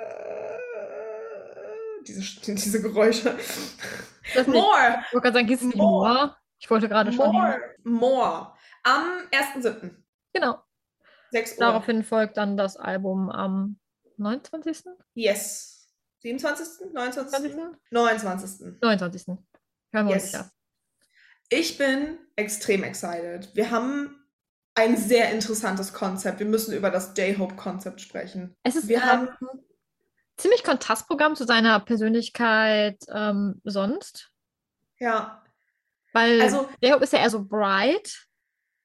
[SPEAKER 1] diese, *laughs* diese Geräusche.
[SPEAKER 4] Ist Das nicht,
[SPEAKER 1] *laughs* More,
[SPEAKER 4] ich wollte gerade sagen, hieß es nicht
[SPEAKER 1] More.
[SPEAKER 4] Moore? Ich wollte gerade schon.
[SPEAKER 1] more, more. Am 1.7.
[SPEAKER 4] Genau.
[SPEAKER 1] 6 Uhr.
[SPEAKER 4] Daraufhin folgt dann das Album am 29.
[SPEAKER 1] Yes. 27., 29.,
[SPEAKER 4] 20.?
[SPEAKER 1] 29.
[SPEAKER 4] 29. Hören wir uns
[SPEAKER 1] Yes.
[SPEAKER 4] wieder.
[SPEAKER 1] Ich bin extrem excited. Wir haben ein sehr interessantes Konzept. Wir müssen über das J-Hope-Konzept sprechen.
[SPEAKER 4] Es ist
[SPEAKER 1] Wir
[SPEAKER 4] ähm,
[SPEAKER 1] haben-
[SPEAKER 4] ziemlich Kontrastprogramm zu seiner Persönlichkeit ähm, sonst.
[SPEAKER 1] Ja,
[SPEAKER 4] Weil
[SPEAKER 1] also,
[SPEAKER 4] J-Hope ist ja eher so bright.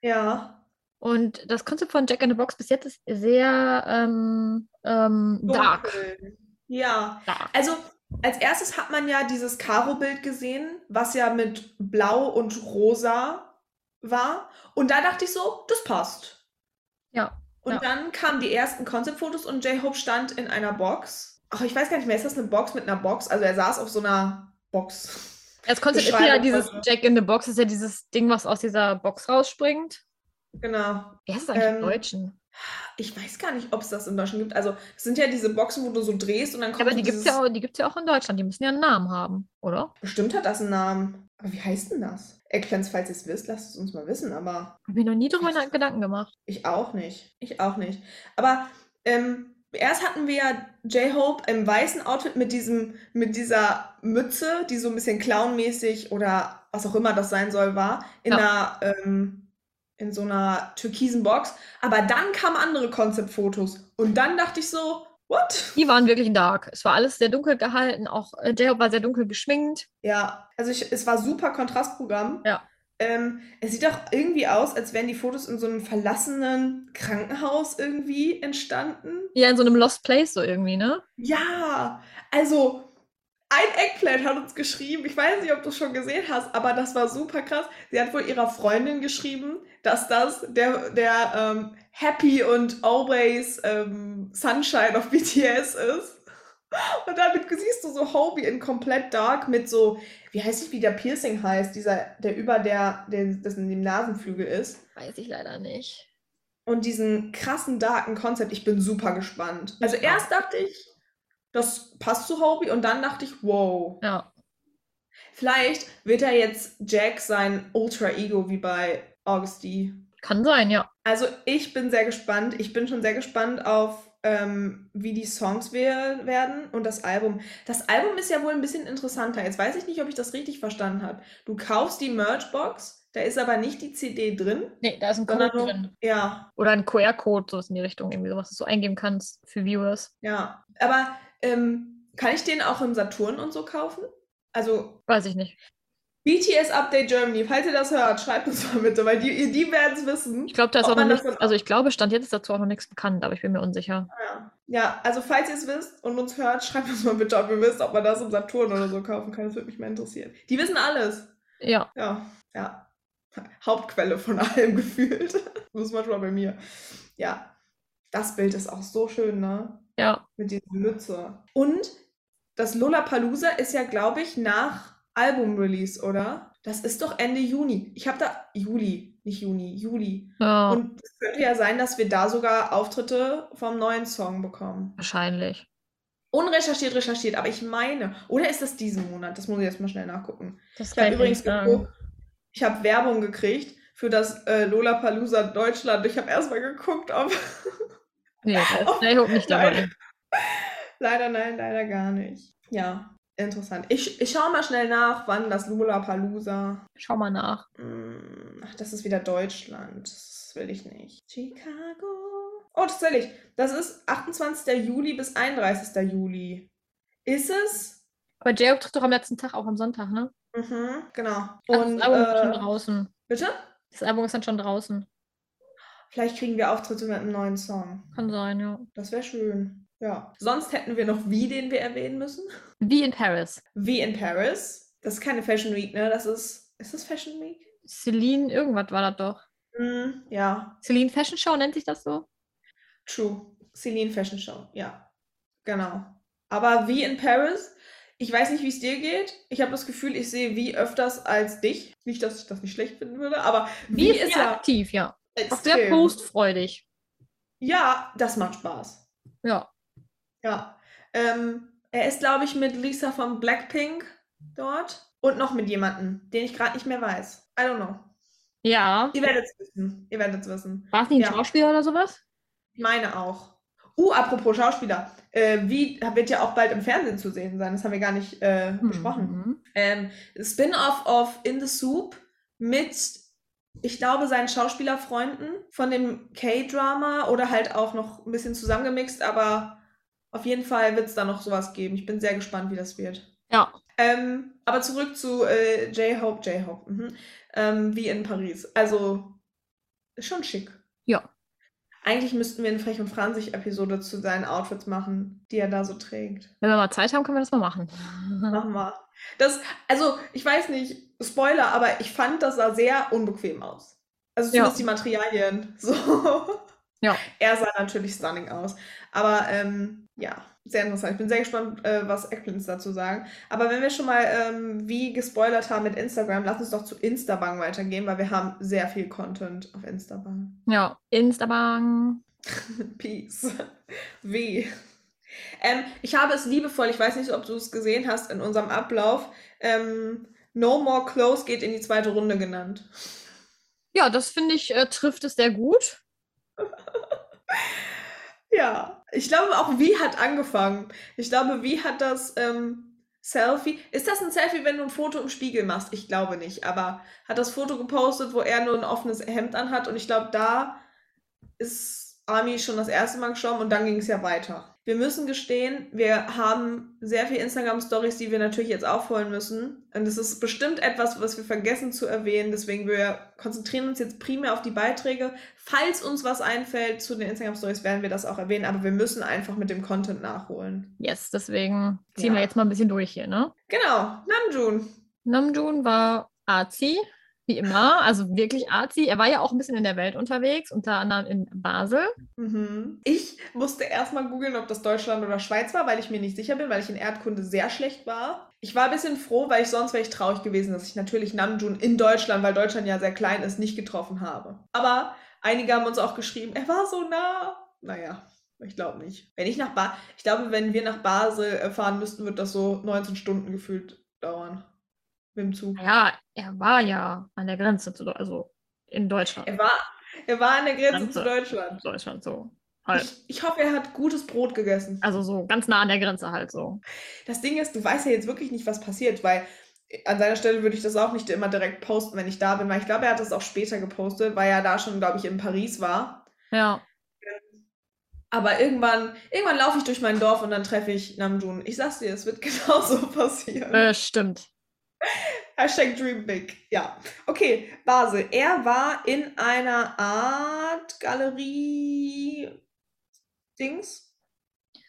[SPEAKER 1] ja.
[SPEAKER 4] Und das Konzept von Jack in the Box bis jetzt ist sehr ähm, ähm, dark.
[SPEAKER 1] Dunkel. Ja,
[SPEAKER 4] dark.
[SPEAKER 1] Also als erstes hat man ja dieses Karo-Bild gesehen, was ja mit Blau und Rosa war. Und da dachte ich so, das passt.
[SPEAKER 4] Ja,
[SPEAKER 1] Und
[SPEAKER 4] ja.
[SPEAKER 1] dann kamen die ersten Concept-Fotos und J-Hope stand in einer Box. Ach, ich weiß gar nicht mehr, ist das eine Box mit einer Box? Also er saß auf so einer Box. *laughs*
[SPEAKER 4] Das Konzept ist ja
[SPEAKER 1] Beschreibung
[SPEAKER 4] dieses
[SPEAKER 1] von-
[SPEAKER 4] Jack in the Box, ist ja dieses Ding, was aus dieser Box rausspringt.
[SPEAKER 1] Genau.
[SPEAKER 4] Wie heißt es eigentlich
[SPEAKER 1] Ähm,
[SPEAKER 4] im Deutschen?
[SPEAKER 1] Ich weiß gar nicht, ob es das in Deutschland gibt. Also es sind ja diese Boxen, wo du so drehst und dann kommt
[SPEAKER 4] Aber
[SPEAKER 1] so
[SPEAKER 4] die gibt es
[SPEAKER 1] dieses-
[SPEAKER 4] ja, auch- die gibt's ja auch in Deutschland. Die müssen ja einen Namen haben, oder?
[SPEAKER 1] Bestimmt hat das einen Namen. Aber wie heißt denn das? Erklärt's, falls ihr es wisst, lasst es uns mal wissen. Aber
[SPEAKER 4] Hab mir noch nie drüber
[SPEAKER 1] Weiß ich-
[SPEAKER 4] Gedanken gemacht.
[SPEAKER 1] Ich auch nicht. Ich auch nicht. Aber ähm, erst hatten wir ja J-Hope im weißen Outfit mit diesem, mit dieser Mütze, die so ein bisschen clownmäßig oder was auch immer das sein soll, war, in einer, ähm, in so einer türkisen Box. Aber dann kamen andere Konzeptfotos. Und dann dachte ich so, what?
[SPEAKER 4] Die waren wirklich dark. Es war alles sehr dunkel gehalten. Auch äh, J-Hope war sehr dunkel geschminkt.
[SPEAKER 1] Ja, also ich, es war super Kontrastprogramm.
[SPEAKER 4] Ja.
[SPEAKER 1] Ähm, es sieht auch irgendwie aus, als wären die Fotos in so einem verlassenen Krankenhaus irgendwie entstanden.
[SPEAKER 4] Ja, in so einem Lost Place so irgendwie, ne?
[SPEAKER 1] Ja, also ein Eggplant hat uns geschrieben, ich weiß nicht, ob du es schon gesehen hast, aber das war super krass. Sie hat wohl ihrer Freundin geschrieben, dass das der, der ähm, Happy und Always ähm, Sunshine of BTS ist. Und dann siehst du so Hobie in komplett dark mit so, wie heißt ich, wie der Piercing heißt, dieser, der über der, der das in dem Nasenflügel ist.
[SPEAKER 4] Weiß ich leider nicht.
[SPEAKER 1] Und diesen krassen, darken Konzept, ich bin super gespannt. Also
[SPEAKER 4] auch.
[SPEAKER 1] erst dachte ich, das passt zu Hobie und dann dachte ich, wow.
[SPEAKER 4] Ja.
[SPEAKER 1] Vielleicht wird er jetzt Jack sein Ultra Ego wie bei Augusty.
[SPEAKER 4] Kann sein, ja.
[SPEAKER 1] Also ich bin sehr gespannt. Ich bin schon sehr gespannt auf, ähm, wie die Songs we- werden und das Album. Das Album ist ja wohl ein bisschen interessanter. Jetzt weiß ich nicht, ob ich das richtig verstanden habe. Du kaufst die Merchbox, da ist aber nicht die CD drin.
[SPEAKER 4] Nee, da ist ein Code
[SPEAKER 1] Sondern nur-
[SPEAKER 4] drin.
[SPEAKER 1] Ja,
[SPEAKER 4] Genau. Oder ein QR-Code, sowas in die Richtung, irgendwie sowas, das du eingeben kannst für Viewers.
[SPEAKER 1] Ja, aber ähm, kann ich den auch im Saturn und so kaufen? Also
[SPEAKER 4] Weiß ich nicht.
[SPEAKER 1] BTS Update Germany, falls ihr das hört, schreibt uns mal bitte, weil die, die werden es wissen.
[SPEAKER 4] Ich glaube, da ist
[SPEAKER 1] Ob
[SPEAKER 4] auch noch
[SPEAKER 1] man das
[SPEAKER 4] nichts,
[SPEAKER 1] dann-
[SPEAKER 4] also ich glaube, Stand jetzt ist dazu auch noch nichts bekannt, aber ich bin mir unsicher.
[SPEAKER 1] Ja. ja, also falls ihr es wisst und uns hört, schreibt uns mal bitte, ob ihr wisst, ob man das im Saturn oder so kaufen kann. Das würde mich mal interessieren. Die wissen alles.
[SPEAKER 4] Ja,
[SPEAKER 1] Ja, ja. Hauptquelle von allem *laughs* gefühlt. Muss manchmal bei mir. Ja, das Bild ist auch so schön, ne?
[SPEAKER 4] ja.
[SPEAKER 1] Mit dieser Mütze. Und das Lollapalooza ist ja, glaube ich, nach Album-Release, oder? Das ist doch Ende Juni. Ich habe da Juli, nicht Juni, Juli.
[SPEAKER 4] ja
[SPEAKER 1] Und es könnte ja sein, dass wir da sogar Auftritte vom neuen Song bekommen.
[SPEAKER 4] wahrscheinlich.
[SPEAKER 1] Unrecherchiert, recherchiert, aber ich meine, oder ist das diesen Monat? Das muss ich jetzt mal schnell nachgucken. Ich
[SPEAKER 4] Das
[SPEAKER 1] habe
[SPEAKER 4] kann ich
[SPEAKER 1] übrigens
[SPEAKER 4] nicht sagen.
[SPEAKER 1] geguckt, ich habe Werbung gekriegt für das äh, Lollapalooza Deutschland. Ich habe erstmal geguckt, ob
[SPEAKER 4] Nee, da ist
[SPEAKER 1] Oh,
[SPEAKER 4] J-Hope nicht dabei.
[SPEAKER 1] nein. Leider nein, leider gar nicht. Ja, interessant. Ich, ich schaue mal schnell nach, wann das Lollapalooza...
[SPEAKER 4] Schau mal nach.
[SPEAKER 1] Mm, Ach, das ist wieder Deutschland. Das will ich nicht. Chicago. Oh, tatsächlich. Das ist 28. Juli bis 31. Juli. Ist es?
[SPEAKER 4] Aber J-Hope tritt doch am letzten Tag, auch am Sonntag, ne?
[SPEAKER 1] Mhm, genau.
[SPEAKER 4] Ach,
[SPEAKER 1] Und,
[SPEAKER 4] das Album ist schon
[SPEAKER 1] äh,
[SPEAKER 4] draußen.
[SPEAKER 1] bitte?
[SPEAKER 4] Das Album ist dann schon draußen.
[SPEAKER 1] Vielleicht kriegen wir Auftritte mit einem neuen Song.
[SPEAKER 4] Kann sein, ja.
[SPEAKER 1] Das wäre schön. Ja. Sonst hätten wir noch Wie, den wir erwähnen müssen.
[SPEAKER 4] Wie in Paris.
[SPEAKER 1] Wie in Paris. Das ist keine Fashion Week, ne? Das ist. Ist das Fashion Week?
[SPEAKER 4] Celine, irgendwas war das doch.
[SPEAKER 1] Mm, ja,
[SPEAKER 4] Celine Fashion Show nennt sich das so?
[SPEAKER 1] true. Celine Fashion Show, ja. Genau. Aber wie in Paris, ich weiß nicht, wie es dir geht. Ich habe das Gefühl, ich sehe wie öfters als dich. Nicht, dass ich das nicht schlecht finden würde, aber
[SPEAKER 4] Wie ist ja aktiv, ja. Auch sehr
[SPEAKER 1] extrem.
[SPEAKER 4] postfreudig.
[SPEAKER 1] Ja, das macht Spaß.
[SPEAKER 4] Ja.
[SPEAKER 1] Ja. Ähm, er ist, glaube ich, mit Lisa von Blackpink dort und noch mit jemandem, den ich gerade nicht mehr weiß. I don't know.
[SPEAKER 4] Ja.
[SPEAKER 1] Ihr werdet es wissen. Ihr werdet es wissen.
[SPEAKER 4] War es nicht ein
[SPEAKER 1] Ja.
[SPEAKER 4] Schauspieler oder sowas?
[SPEAKER 1] Ich meine auch. Uh, apropos Schauspieler. Äh, wie wird ja auch bald im Fernsehen zu sehen sein? Das haben wir gar nicht
[SPEAKER 4] Hm.
[SPEAKER 1] äh, besprochen.
[SPEAKER 4] Mhm.
[SPEAKER 1] Ähm, Spin-off of In the Soup mit ich glaube, seinen Schauspielerfreunden von dem K-Drama oder halt auch noch ein bisschen zusammengemixt, aber auf jeden Fall wird es da noch sowas geben. Ich bin sehr gespannt, wie das wird.
[SPEAKER 4] Ja.
[SPEAKER 1] Ähm, aber zurück zu äh, J-Hope, J-Hope. Mhm. Ähm, wie in Paris. Also, ist schon schick.
[SPEAKER 4] Ja.
[SPEAKER 1] Eigentlich müssten wir in Frech und Franzig-Episode zu seinen Outfits machen, die er da so trägt.
[SPEAKER 4] Wenn wir mal Zeit haben, können wir das mal machen.
[SPEAKER 1] Machen wir. Das, also, ich weiß nicht, Spoiler, aber ich fand, das sah sehr unbequem aus. Also
[SPEAKER 4] Ja.
[SPEAKER 1] zumindest die Materialien. *laughs* So.
[SPEAKER 4] Ja.
[SPEAKER 1] Er sah natürlich stunning aus. Aber ähm, ja, sehr interessant. Ich bin sehr gespannt, äh, was Eckblins dazu sagen. Aber wenn wir schon mal ähm, wie gespoilert haben mit Instagram, lass uns doch zu Instabang weitergehen, weil wir haben sehr viel Content auf Instabang.
[SPEAKER 4] Ja, Instabang.
[SPEAKER 1] Peace. *laughs* Wie? Ähm, ich habe es liebevoll, ich weiß nicht, ob du es gesehen hast, in unserem Ablauf. Ähm, no More Close geht in die zweite Runde genannt.
[SPEAKER 4] Ja, das finde ich, äh, trifft es sehr gut.
[SPEAKER 1] Ja. Ich glaube, auch wie hat angefangen. Ich glaube, wie hat das ähm, Selfie. Ist das ein Selfie, wenn du ein Foto im Spiegel machst? Ich glaube nicht, aber hat das Foto gepostet, wo er nur ein offenes Hemd anhat und ich glaube, da ist Ami schon das erste Mal gestorben und dann ging es ja weiter. Wir müssen gestehen, wir haben sehr viel Instagram-Stories, die wir natürlich jetzt aufholen müssen. Und es ist bestimmt etwas, was wir vergessen zu erwähnen. Deswegen wir konzentrieren uns jetzt primär auf die Beiträge. Falls uns was einfällt zu den Instagram-Stories, werden wir das auch erwähnen. Aber wir müssen einfach mit dem Content nachholen.
[SPEAKER 4] Yes, deswegen ziehen wir
[SPEAKER 1] Ja.
[SPEAKER 4] jetzt mal ein bisschen durch hier, ne?
[SPEAKER 1] Genau, Namjoon.
[SPEAKER 4] Namjoon war Arzi, wie immer, also wirklich Arzi. Er war ja auch ein bisschen in der Welt unterwegs, unter anderem in Basel.
[SPEAKER 1] Mhm. Ich musste erstmal googeln, ob das Deutschland oder Schweiz war, weil ich mir nicht sicher bin, weil ich in Erdkunde sehr schlecht war. Ich war ein bisschen froh, weil ich sonst wäre ich traurig gewesen, dass ich natürlich Namjoon in Deutschland, weil Deutschland ja sehr klein ist, nicht getroffen habe. Aber einige haben uns auch geschrieben, er war so nah. Naja, ich glaube nicht. Wenn ich nach ba ich glaube, wenn wir nach Basel äh, fahren müssten, wird das so 19 Stunden gefühlt dauern. Mit dem Zug.
[SPEAKER 4] Ja, er war ja an der Grenze zu, Deu- also in Deutschland.
[SPEAKER 1] Er war, er war an der Grenze
[SPEAKER 4] Grenze.
[SPEAKER 1] zu Deutschland.
[SPEAKER 4] Deutschland so. Halt.
[SPEAKER 1] Ich, ich hoffe, er hat gutes Brot gegessen.
[SPEAKER 4] Also so ganz nah an der Grenze halt so.
[SPEAKER 1] Das Ding ist, du weißt ja jetzt wirklich nicht, was passiert, weil äh, an seiner Stelle würde ich das auch nicht immer direkt posten, wenn ich da bin, weil ich glaube, er hat das auch später gepostet, weil er da schon, glaube ich, in Paris war.
[SPEAKER 4] Ja.
[SPEAKER 1] Aber irgendwann, irgendwann laufe ich durch mein Dorf und dann treffe ich Namjoon. Ich sag's dir, es wird *laughs* genauso passieren.
[SPEAKER 4] Äh, stimmt.
[SPEAKER 1] Hashtag Dream Big. Ja. Okay, Basel. Er war in einer Art Galerie. Dings?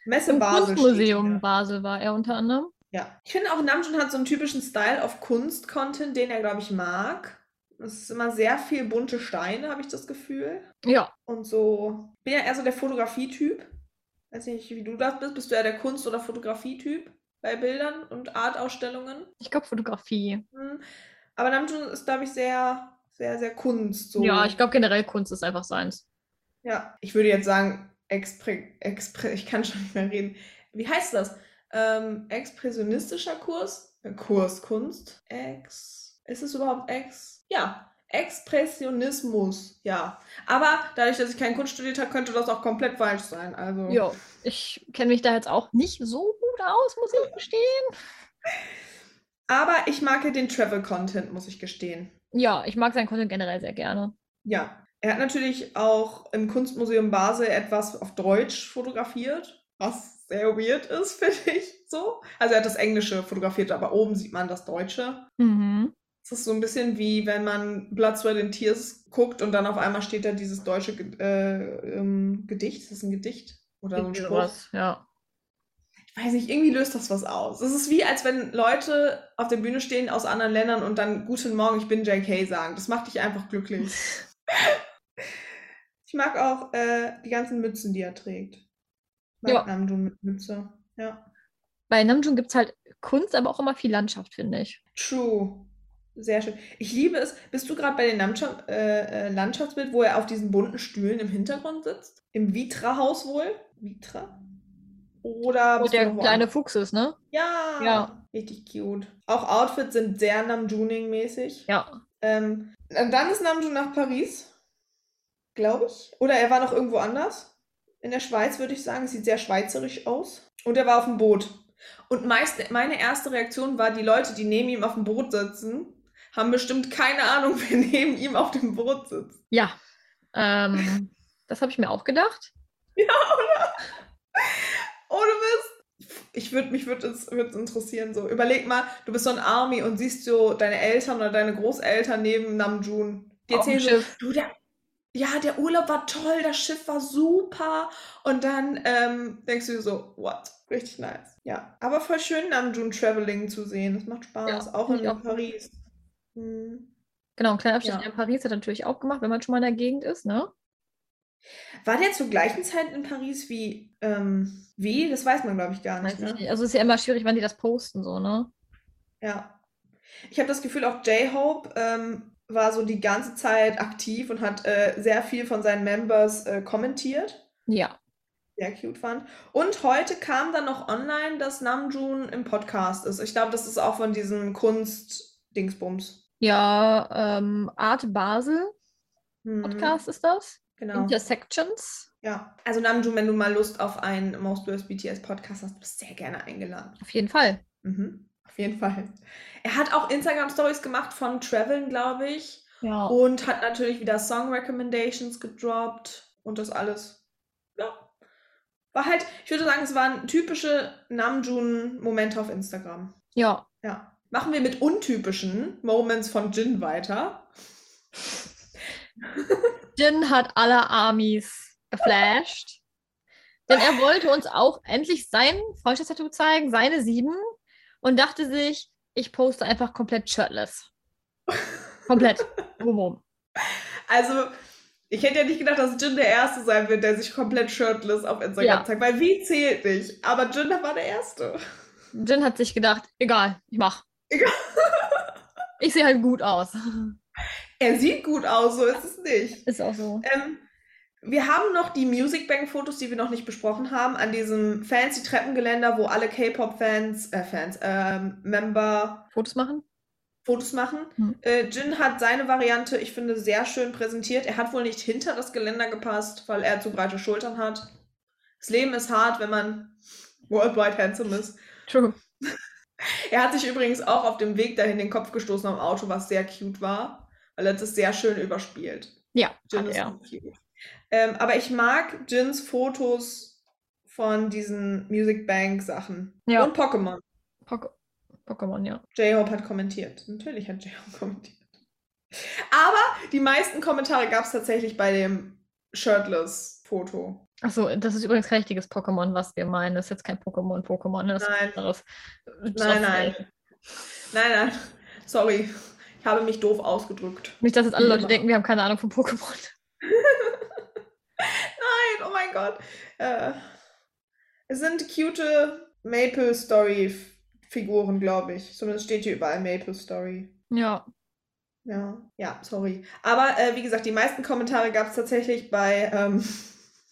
[SPEAKER 1] Messe
[SPEAKER 4] Im
[SPEAKER 1] Basel. steht hier.
[SPEAKER 4] Kunstmuseum Basel war er unter anderem.
[SPEAKER 1] Ja. Ich finde auch, Namjoon hat so einen typischen Style of Kunst-Content, den er, glaube ich, mag. Es ist immer sehr viel bunte Steine, habe ich das Gefühl.
[SPEAKER 4] Ja,
[SPEAKER 1] Und so. Ich bin ja eher so der Fotografie-Typ. Weiß nicht, wie du das bist. Bist du eher der Kunst- oder Fotografie-Typ bei Bildern und Artausstellungen?
[SPEAKER 4] ich glaube Fotografie.
[SPEAKER 1] Hm. Aber Namjoon ist, glaube ich, sehr, sehr, sehr Kunst. So.
[SPEAKER 4] Ja, ich glaube generell Kunst ist einfach seins.
[SPEAKER 1] Ja. Ich würde jetzt sagen, Expre Expre ich kann schon nicht mehr reden. Wie heißt das? Ähm, expressionistischer Kurs? Äh, Kurs, Kunst? Ex. Ist es überhaupt Ex? Ja. Expressionismus, ja. Aber dadurch, dass ich keinen Kunst studiert habe, könnte das auch komplett falsch sein. Also.
[SPEAKER 4] Ja, ich kenne mich da jetzt auch nicht so gut aus, muss ich gestehen.
[SPEAKER 1] Aber ich mag ja den Travel-Content, muss ich gestehen.
[SPEAKER 4] Ja, ich mag seinen Content generell sehr gerne.
[SPEAKER 1] Ja, er hat natürlich auch im Kunstmuseum Basel etwas auf Deutsch fotografiert, was sehr weird ist, *laughs* finde ich so. Also er hat das Englische fotografiert, aber oben sieht man das Deutsche.
[SPEAKER 4] Mhm.
[SPEAKER 1] Es ist so ein bisschen wie, wenn man Blood, Sweat and Tears guckt und dann auf einmal steht da dieses deutsche Ge- äh, ähm, Gedicht. Ist das ein Gedicht? Oder so ein
[SPEAKER 4] Irgendwie
[SPEAKER 1] Spruch?
[SPEAKER 4] sowas, ja.
[SPEAKER 1] Ich weiß nicht, irgendwie löst das was aus. Es ist wie, als wenn Leute auf der Bühne stehen aus anderen Ländern und dann Guten Morgen, ich bin JK sagen. Das macht dich einfach
[SPEAKER 4] *laughs*
[SPEAKER 1] glücklich. Ich mag auch äh, die ganzen Mützen, die er trägt. Mag
[SPEAKER 4] Ja.
[SPEAKER 1] Namjoon mit Mütze. Ja.
[SPEAKER 4] Bei Namjoon gibt es halt Kunst, aber auch immer viel Landschaft, finde ich.
[SPEAKER 1] True. Sehr schön. Ich liebe es. Bist du gerade bei dem Landschaft, äh, äh, Landschaftsbild, wo er auf diesen bunten Stühlen im Hintergrund sitzt? Im Vitra-Haus wohl? Vitra? Oder
[SPEAKER 4] Wo
[SPEAKER 1] bist du
[SPEAKER 4] der
[SPEAKER 1] noch
[SPEAKER 4] kleine
[SPEAKER 1] woanders?
[SPEAKER 4] Fuchs ist, ne?
[SPEAKER 1] Ja.
[SPEAKER 4] Ja.
[SPEAKER 1] Richtig cute. Auch Outfits sind sehr Namjooning-mäßig.
[SPEAKER 4] Ja.
[SPEAKER 1] Ähm, und dann ist Namjoon nach Paris, glaube ich. Oder er war noch irgendwo anders. In der Schweiz, würde ich sagen. Sieht sehr schweizerisch aus. Und er war auf dem Boot. Und meist, meine erste Reaktion war, die Leute, die neben ihm auf dem Boot sitzen, haben bestimmt keine Ahnung, *laughs* wer neben ihm auf dem Boot sitzt.
[SPEAKER 4] Ja, *laughs* ähm, das habe ich mir auch gedacht.
[SPEAKER 1] Ohne Mist. Oh, Ich würde mich würde es würd's interessieren so. Überleg mal, du bist so ein Army und siehst so deine Eltern oder deine Großeltern neben Namjoon. Die
[SPEAKER 4] Auf dem
[SPEAKER 1] erzählen so,
[SPEAKER 4] Schiff.
[SPEAKER 1] du, der, ja, der Urlaub war toll, das Schiff war super. Und dann ähm, denkst du dir so, what? Richtig nice. Ja, aber voll schön, Namjoon Traveling zu sehen. Das macht Spaß,
[SPEAKER 4] Ja,
[SPEAKER 1] auch
[SPEAKER 4] find
[SPEAKER 1] in
[SPEAKER 4] ich auch.
[SPEAKER 1] Paris. Hm.
[SPEAKER 4] Genau, ein kleiner Abstecher
[SPEAKER 1] Ja.
[SPEAKER 4] in Paris hat natürlich auch gemacht, wenn man schon mal in der Gegend ist, ne?
[SPEAKER 1] War der zur gleichen Zeit in Paris wie, ähm, wie? Das weiß man, glaube ich, gar nicht.
[SPEAKER 4] Weiß ich
[SPEAKER 1] Ne?
[SPEAKER 4] nicht. Also ist ja immer schwierig, wann die das posten, so, ne?
[SPEAKER 1] Ja. Ich habe das Gefühl, auch J-Hope ähm, war so die ganze Zeit aktiv und hat äh, sehr viel von seinen Members äh, kommentiert.
[SPEAKER 4] Ja.
[SPEAKER 1] Sehr cute fand. Und heute kam dann noch online, dass Namjoon im Podcast ist. Ich glaube, das ist auch von diesem Kunst-Dingsbums.
[SPEAKER 4] Ja, ähm, Art Basel
[SPEAKER 1] Hm,
[SPEAKER 4] Podcast ist das.
[SPEAKER 1] Genau.
[SPEAKER 4] Intersections.
[SPEAKER 1] Ja. Also Namjoon, wenn du mal Lust auf einen Most Worst BTS Podcast hast, bist sehr gerne eingeladen.
[SPEAKER 4] Auf jeden Fall.
[SPEAKER 1] Mhm, auf jeden Fall. Er hat auch Instagram-Stories gemacht von Traveln, glaube ich.
[SPEAKER 4] Ja.
[SPEAKER 1] Und hat natürlich wieder Song-Recommendations gedroppt und das alles. Ja. War halt, ich würde sagen, es waren typische Namjoon-Momente auf Instagram.
[SPEAKER 4] Ja.
[SPEAKER 1] Ja. Machen wir mit untypischen Moments von Jin weiter.
[SPEAKER 4] Jin hat alle Armies geflasht. Denn er wollte uns auch endlich sein Freundschaftstattoo zeigen, seine sieben, und dachte sich, ich poste einfach komplett shirtless. Komplett. Boom, boom.
[SPEAKER 1] Also, ich hätte ja nicht gedacht, dass Jin der Erste sein wird, der sich komplett shirtless auf Instagram
[SPEAKER 4] Ja.
[SPEAKER 1] zeigt, weil wie zählt nicht. Aber Jin war der Erste.
[SPEAKER 4] Jin hat sich gedacht, egal, ich mach.
[SPEAKER 1] Egal.
[SPEAKER 4] *laughs* Ich sehe halt gut aus.
[SPEAKER 1] Er sieht gut aus, so ist es nicht.
[SPEAKER 4] Ist auch so.
[SPEAKER 1] Ähm, wir haben noch die Music Bank Fotos, die wir noch nicht besprochen haben, an diesem fancy Treppengeländer, wo alle K-Pop-Fans, äh, Fans, ähm, Member
[SPEAKER 4] Fotos machen?
[SPEAKER 1] Fotos machen.
[SPEAKER 4] Hm.
[SPEAKER 1] Äh, Jin hat seine Variante, ich finde, sehr schön präsentiert. Er hat wohl nicht hinter das Geländer gepasst, weil er zu breite Schultern hat. Das Leben ist hart, wenn man worldwide handsome ist.
[SPEAKER 4] True.
[SPEAKER 1] Er hat sich übrigens auch auf dem Weg dahin den Kopf gestoßen am Auto, was sehr cute war, weil er das sehr schön überspielt.
[SPEAKER 4] Ja,
[SPEAKER 1] Jin
[SPEAKER 4] hat
[SPEAKER 1] ist
[SPEAKER 4] er.
[SPEAKER 1] so cute. Ähm, aber ich mag Jins Fotos von diesen Music Bank Sachen.
[SPEAKER 4] Ja.
[SPEAKER 1] Und Pokémon.
[SPEAKER 4] Pok Pokémon, ja.
[SPEAKER 1] J-Hope hat kommentiert. Natürlich hat J-Hope *laughs* kommentiert. Aber die meisten Kommentare gab es tatsächlich bei dem Shirtless-Foto.
[SPEAKER 4] Achso, das ist übrigens kein richtiges Pokémon, was wir meinen. Das ist jetzt kein Pokémon, Pokémon, ne? das ist was
[SPEAKER 1] Nein.
[SPEAKER 4] anderes.
[SPEAKER 1] Nein, nein. Nein, nein. Sorry. Ich habe mich doof ausgedrückt.
[SPEAKER 4] Nicht, dass jetzt alle
[SPEAKER 1] Wie
[SPEAKER 4] Leute
[SPEAKER 1] immer.
[SPEAKER 4] denken, wir haben keine Ahnung von Pokémon. *laughs*
[SPEAKER 1] Nein, oh mein Gott. Äh, es sind cute Maple Story-Figuren, glaube ich. Zumindest steht hier überall Maple Story.
[SPEAKER 4] Ja,
[SPEAKER 1] Ja, ja, sorry. Aber äh, wie gesagt, die meisten Kommentare gab es tatsächlich bei, ähm,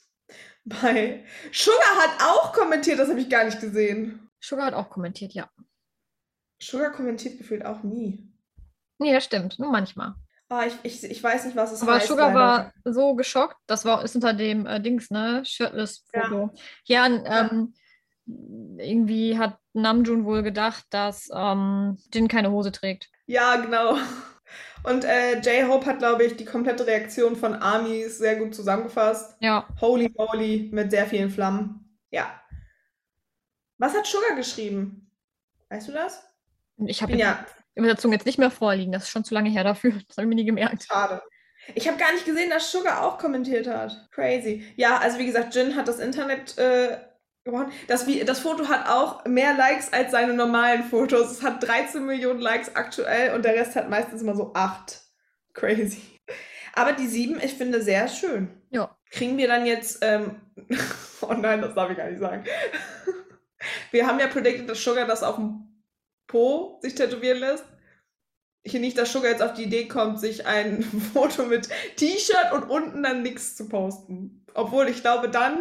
[SPEAKER 1] *laughs* bei Sugar hat auch kommentiert, das habe ich gar nicht gesehen.
[SPEAKER 4] Sugar hat auch kommentiert, ja.
[SPEAKER 1] Sugar kommentiert gefühlt auch nie.
[SPEAKER 4] Nee, das stimmt, nur manchmal.
[SPEAKER 1] Ah, ich, ich, ich weiß nicht, was es
[SPEAKER 4] Aber
[SPEAKER 1] heißt,
[SPEAKER 4] Sugar
[SPEAKER 1] leider.
[SPEAKER 4] war so geschockt, das war, ist unter dem äh, Dings, ne? Shirtless-Foto. Ja, n-
[SPEAKER 1] Ja.
[SPEAKER 4] ähm, irgendwie hat Namjoon wohl gedacht, dass ähm, Jin keine Hose trägt.
[SPEAKER 1] Ja, genau. Und äh, J-Hope hat, glaube ich, die komplette Reaktion von Armies sehr gut zusammengefasst.
[SPEAKER 4] Ja,
[SPEAKER 1] Holy moly, mit sehr vielen Flammen. Ja. Was hat Sugar geschrieben? Weißt du das?
[SPEAKER 4] ich
[SPEAKER 1] Ich
[SPEAKER 4] habe
[SPEAKER 1] bin ja
[SPEAKER 4] Übersetzung jetzt nicht mehr vorliegen, das ist schon zu lange her dafür. *laughs* Das habe ich mir nie gemerkt.
[SPEAKER 1] schade. Ich habe gar nicht gesehen, dass Sugar auch kommentiert hat. Crazy. Ja, also wie gesagt, Jin hat das Internet äh, gewonnen. Das, Vi- das Foto hat auch mehr Likes als seine normalen Fotos. Es hat 13 Millionen Likes aktuell und der Rest hat meistens immer so 8. Crazy. Aber die 7, ich finde, sehr schön.
[SPEAKER 4] Ja.
[SPEAKER 1] Kriegen wir dann jetzt. Ähm, *laughs* oh nein, das darf ich gar nicht sagen. *laughs* Wir haben ja predicted, dass Sugar das auf dem Po sich tätowieren lässt. Ich nicht, dass Sugar jetzt auf die Idee kommt, sich ein *laughs* Foto mit T-Shirt und unten dann nichts zu posten. Obwohl ich glaube, dann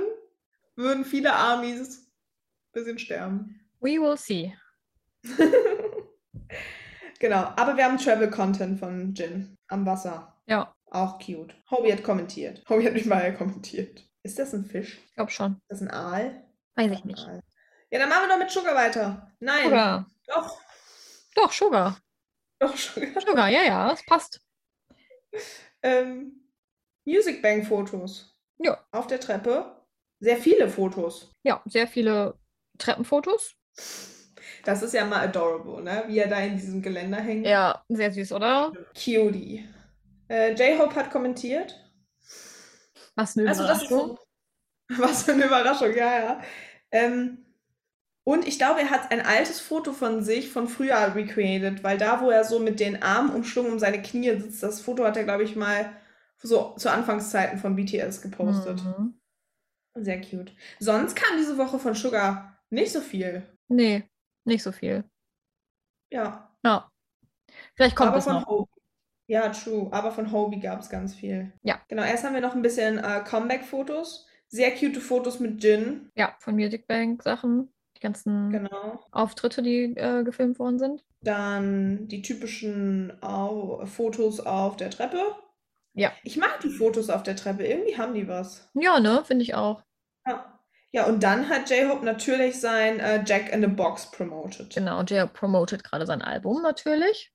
[SPEAKER 1] würden viele Armies ein bisschen sterben.
[SPEAKER 4] We will see.
[SPEAKER 1] Genau, aber wir haben Travel-Content von Jin am Wasser.
[SPEAKER 4] Ja,
[SPEAKER 1] Auch cute. Hobie hat kommentiert. Hobie hat mich mal kommentiert. Ist das ein Fisch?
[SPEAKER 4] ich glaube schon.
[SPEAKER 1] Ist das ein Aal?
[SPEAKER 4] Weiß ich nicht.
[SPEAKER 1] Aal. Ja, dann machen wir doch mit Sugar weiter. Nein.
[SPEAKER 4] Sugar.
[SPEAKER 1] Doch.
[SPEAKER 4] Doch, Sugar.
[SPEAKER 1] Doch, Sugar.
[SPEAKER 4] Sugar, ja, ja, es passt.
[SPEAKER 1] Ähm, Music Bank Fotos.
[SPEAKER 4] Ja.
[SPEAKER 1] Auf der Treppe. Sehr viele Fotos.
[SPEAKER 4] Ja, sehr viele Treppenfotos.
[SPEAKER 1] Das ist ja mal adorable, ne? Wie er da in diesem Geländer hängt.
[SPEAKER 4] Ja, sehr süß, oder?
[SPEAKER 1] Cutie. Äh, J-Hope hat kommentiert.
[SPEAKER 4] Was eine
[SPEAKER 1] Also das ist
[SPEAKER 4] Überraschung.
[SPEAKER 1] so, *laughs* was für eine Überraschung, ja, ja. Ähm, und ich glaube, er hat ein altes Foto von sich von früher recreated, weil da, wo er so mit den Armen umschlungen um seine Knie sitzt, das Foto hat er, glaube ich, mal so zu Anfangszeiten von BTS gepostet.
[SPEAKER 4] Mhm.
[SPEAKER 1] Sehr cute. Sonst kam diese Woche von Sugar nicht so viel.
[SPEAKER 4] Nee, nicht so viel.
[SPEAKER 1] Ja.
[SPEAKER 4] Ja. Vielleicht kommt
[SPEAKER 1] aber
[SPEAKER 4] es
[SPEAKER 1] von
[SPEAKER 4] noch.
[SPEAKER 1] Hobie. Ja, true. Aber von Hobie gab es ganz viel.
[SPEAKER 4] Ja.
[SPEAKER 1] Genau, erst haben wir noch ein bisschen äh, Comeback-Fotos. Sehr cute Fotos mit Jin.
[SPEAKER 4] Ja, von Music Bank Sachen. Die ganzen
[SPEAKER 1] Genau.
[SPEAKER 4] Auftritte, die äh, gefilmt worden sind.
[SPEAKER 1] Dann die typischen Au Fotos auf der Treppe.
[SPEAKER 4] Ja.
[SPEAKER 1] Ich mag die Fotos auf der Treppe. Irgendwie haben die was.
[SPEAKER 4] Ja, ne? Finde ich auch.
[SPEAKER 1] Ja. Ja, und dann hat J-Hope natürlich sein äh, Jack in the Box promoted.
[SPEAKER 4] Genau, und der promotet gerade sein Album natürlich.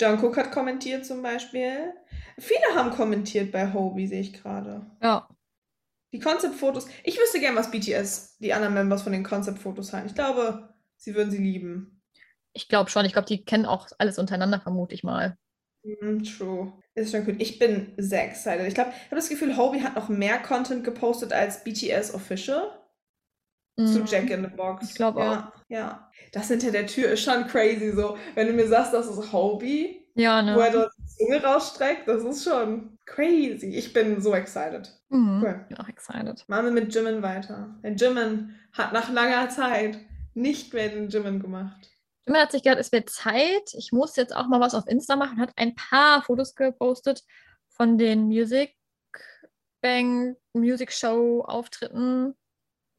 [SPEAKER 1] Jungkook hat kommentiert zum Beispiel. Viele haben kommentiert bei Hobie, sehe ich gerade.
[SPEAKER 4] Ja,
[SPEAKER 1] Die Concept-Fotos. Ich wüsste gern, was BTS, die anderen Members von den Concept-Fotos halten. Ich glaube, sie würden sie lieben.
[SPEAKER 4] ich glaube schon. Ich glaube, die kennen auch alles untereinander, vermute ich mal.
[SPEAKER 1] Mm, True. Ist schon cool. Ich bin sehr excited. Ich glaube, ich habe das Gefühl, Hobie hat noch mehr Content gepostet als BTS Official zu
[SPEAKER 4] Mhm.
[SPEAKER 1] Jack in the Box.
[SPEAKER 4] Ich glaube
[SPEAKER 1] ja, Ja. Das hinter der Tür ist schon crazy so. Wenn du mir sagst, das ist Hobie,
[SPEAKER 4] Ja,
[SPEAKER 1] wo er
[SPEAKER 4] ne?
[SPEAKER 1] dort die Zunge rausstreckt, das ist schon crazy. Ich bin so excited.
[SPEAKER 4] Mhm.
[SPEAKER 1] Cool.
[SPEAKER 4] Bin auch excited.
[SPEAKER 1] Machen wir mit Jimin weiter. Denn Jimin hat nach langer Zeit nicht mehr den Jimin gemacht.
[SPEAKER 4] Immer hat sich gedacht, es wird Zeit. Ich muss jetzt auch mal was auf Insta machen. Hat ein paar Fotos gepostet von den Music Bang Music Show Auftritten,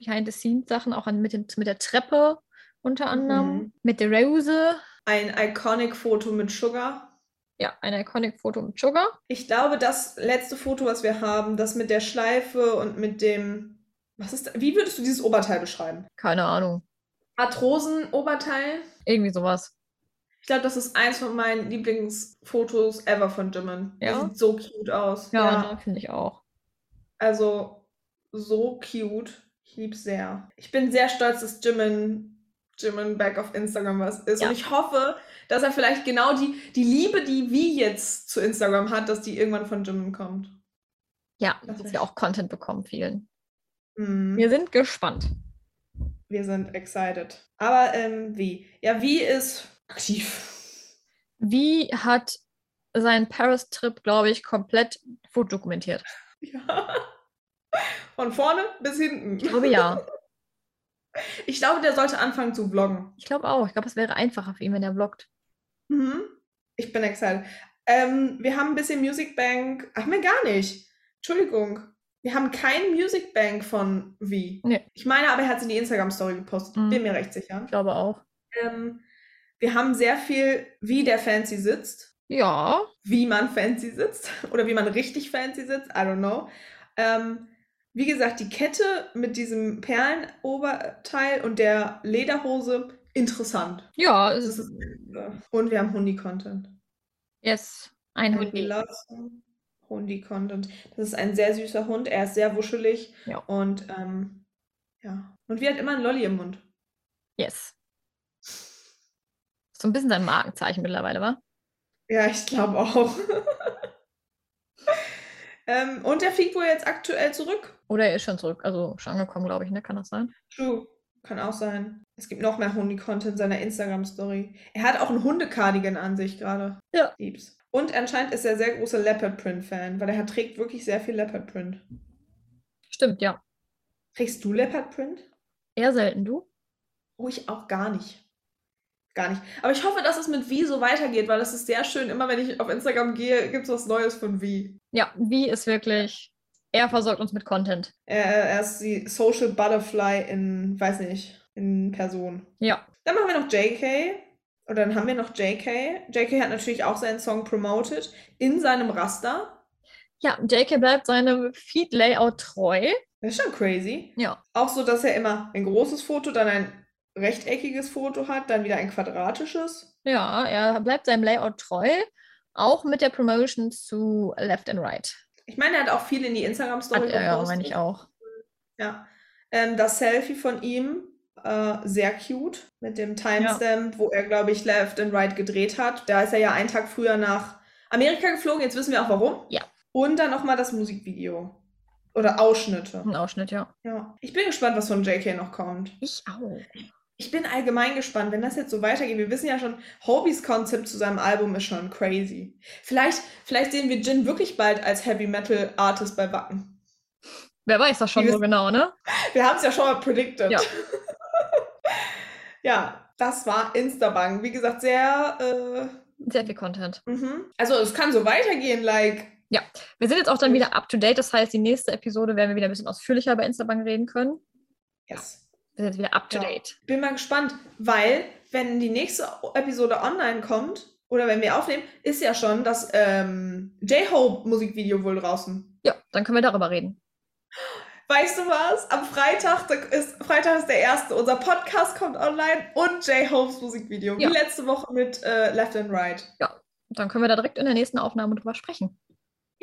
[SPEAKER 4] Behind the Scenes Sachen, auch an, mit, den, mit der Treppe unter anderem,
[SPEAKER 1] Mhm.
[SPEAKER 4] mit der Rose.
[SPEAKER 1] Ein iconic Foto mit Sugar.
[SPEAKER 4] Ja, ein iconic Foto mit Sugar.
[SPEAKER 1] Ich glaube, das letzte Foto, was wir haben, das mit der Schleife und mit dem. Was ist da? Wie würdest du dieses Oberteil beschreiben?
[SPEAKER 4] Keine Ahnung.
[SPEAKER 1] Arthrosen-Oberteil?
[SPEAKER 4] Irgendwie sowas.
[SPEAKER 1] Ich glaube, das ist eins von meinen Lieblingsfotos ever von Jimin. Der
[SPEAKER 4] Ja?
[SPEAKER 1] Sieht so cute aus.
[SPEAKER 4] Ja, ne, finde ich auch.
[SPEAKER 1] Also, so cute. Ich lieb's sehr. Ich bin sehr stolz, dass Jimin. Jimin back auf Instagram was ist.
[SPEAKER 4] Ja.
[SPEAKER 1] Und ich hoffe, dass er vielleicht genau die, die Liebe, die wie jetzt zu Instagram hat, dass die irgendwann von Jimin kommt.
[SPEAKER 4] Ja,
[SPEAKER 1] Das
[SPEAKER 4] dass
[SPEAKER 1] wär
[SPEAKER 4] wir auch Content bekommen, vielen.
[SPEAKER 1] Hm.
[SPEAKER 4] Wir sind gespannt.
[SPEAKER 1] Wir sind excited. Aber ähm, wie? Ja, wie ist aktiv? *laughs*
[SPEAKER 4] Wie hat sein Paris-Trip, glaube ich, komplett fotodokumentiert?
[SPEAKER 1] Ja. Von vorne bis
[SPEAKER 4] Ich
[SPEAKER 1] hinten.
[SPEAKER 4] glaube ja.
[SPEAKER 1] Ich glaube, der sollte anfangen zu vloggen.
[SPEAKER 4] Ich glaube auch. Ich glaube, es wäre einfacher für ihn, wenn er vloggt.
[SPEAKER 1] Mhm. Ich bin excited. Ähm, wir haben ein bisschen Music Bank. Ach, mir gar nicht. Entschuldigung. Wir haben kein Music Bank von wie.
[SPEAKER 4] Nee.
[SPEAKER 1] Ich meine, aber er hat es in die Instagram-Story gepostet.
[SPEAKER 4] Mhm.
[SPEAKER 1] Bin mir recht sicher.
[SPEAKER 4] Ich glaube auch.
[SPEAKER 1] Ähm, wir haben sehr viel, wie der Fancy sitzt.
[SPEAKER 4] Ja,
[SPEAKER 1] wie man fancy sitzt *laughs* oder wie man richtig fancy sitzt, I don't know. Ähm, wie gesagt, die Kette mit diesem Perlenoberteil und der Lederhose, interessant.
[SPEAKER 4] ja, es
[SPEAKER 1] Das ist äh,
[SPEAKER 4] ist.
[SPEAKER 1] Und wir haben Hundi-Content.
[SPEAKER 4] Yes, ein Hund.
[SPEAKER 1] I love some Hundi-Content. Das ist ein sehr süßer Hund, er ist sehr wuschelig
[SPEAKER 4] Ja.
[SPEAKER 1] und ähm, ja. Und wie hat immer ein Lolli im Mund.
[SPEAKER 4] Yes. So ein bisschen sein Markenzeichen mittlerweile, wa?
[SPEAKER 1] Ja, ich glaube auch. *laughs* ähm, und der fliegt wohl jetzt aktuell zurück.
[SPEAKER 4] Oder er ist schon zurück, also schon angekommen, glaube ich, ne? Kann das sein?
[SPEAKER 1] True. Kann auch sein. Es gibt noch mehr Hundi-Content in seiner Instagram-Story. Er hat auch einen Hundekardigan an sich gerade.
[SPEAKER 4] Ja.
[SPEAKER 1] Lieb's. Und anscheinend ist er sehr großer Leopard Print-Fan, weil er trägt wirklich sehr viel Leopard Print.
[SPEAKER 4] Stimmt, ja.
[SPEAKER 1] Trägst du Leopard Print?
[SPEAKER 4] Eher selten, du?
[SPEAKER 1] Oh, ich auch gar nicht. Gar nicht. Aber ich hoffe, dass es mit Wie so weitergeht, weil das ist sehr schön. Immer wenn ich auf Instagram gehe, gibt es was Neues von Wie.
[SPEAKER 4] Ja, wie ist wirklich. Er versorgt uns mit Content.
[SPEAKER 1] Er, er ist die Social Butterfly in, weiß nicht, in Person.
[SPEAKER 4] Ja.
[SPEAKER 1] Dann machen wir noch JK. Oder dann haben wir noch JK. JK hat natürlich auch seinen Song promoted in seinem Raster.
[SPEAKER 4] Ja, JK bleibt seinem Feed-Layout treu.
[SPEAKER 1] Das ist schon crazy.
[SPEAKER 4] Ja.
[SPEAKER 1] Auch so, dass er immer ein großes Foto, dann ein rechteckiges Foto hat, dann wieder ein quadratisches.
[SPEAKER 4] Ja, er bleibt seinem Layout treu, auch mit der Promotion zu Left and Right.
[SPEAKER 1] Ich meine, er hat auch viel in die Instagram-Story
[SPEAKER 4] Hat er ja,
[SPEAKER 1] gepostet.
[SPEAKER 4] meine ich auch.
[SPEAKER 1] Ja. Ähm, das Selfie von ihm, äh, sehr cute, mit dem Timestamp, wo er, glaube ich, Left and Right gedreht hat. Da ist er ja einen Tag früher nach Amerika geflogen, jetzt wissen wir auch warum.
[SPEAKER 4] Ja.
[SPEAKER 1] Und dann nochmal das Musikvideo. Oder Ausschnitte.
[SPEAKER 4] Ein Ausschnitt, ja.
[SPEAKER 1] Ja. Ich bin gespannt, was von JK noch kommt.
[SPEAKER 4] Ich auch.
[SPEAKER 1] Ich bin allgemein gespannt, wenn das jetzt so weitergeht. Wir wissen ja schon, Hobys Konzept zu seinem Album ist schon crazy. Vielleicht, vielleicht sehen wir Jin wirklich bald als Heavy Metal Artist bei Wacken.
[SPEAKER 4] Wer weiß das schon
[SPEAKER 1] Wie
[SPEAKER 4] so genau, ne?
[SPEAKER 1] Wir haben es ja schon mal predicted.
[SPEAKER 4] Ja.
[SPEAKER 1] *laughs* ja, das war Instabang. Wie gesagt, sehr.
[SPEAKER 4] Sehr viel Content.
[SPEAKER 1] Äh, mhm. Also, es kann so weitergehen, like.
[SPEAKER 4] Wir sind jetzt auch dann wieder up to date. Das heißt, die nächste Episode werden wir wieder ein bisschen ausführlicher bei Instagram reden können.
[SPEAKER 1] Yes.
[SPEAKER 4] Wir sind jetzt wieder up to
[SPEAKER 1] Ja.
[SPEAKER 4] date.
[SPEAKER 1] Bin mal gespannt, weil, wenn die nächste Episode online kommt oder wenn wir aufnehmen, ist ja schon das ähm, J-Hope-Musikvideo wohl draußen.
[SPEAKER 4] Ja, dann können wir darüber reden.
[SPEAKER 1] Weißt du was? Am Freitag da ist, Freitag ist der erste. Unser Podcast kommt online und Jay Holmes Musikvideo.
[SPEAKER 4] Ja.
[SPEAKER 1] Wie letzte Woche mit äh, Left and Right.
[SPEAKER 4] Und dann können wir da direkt in der nächsten Aufnahme drüber sprechen.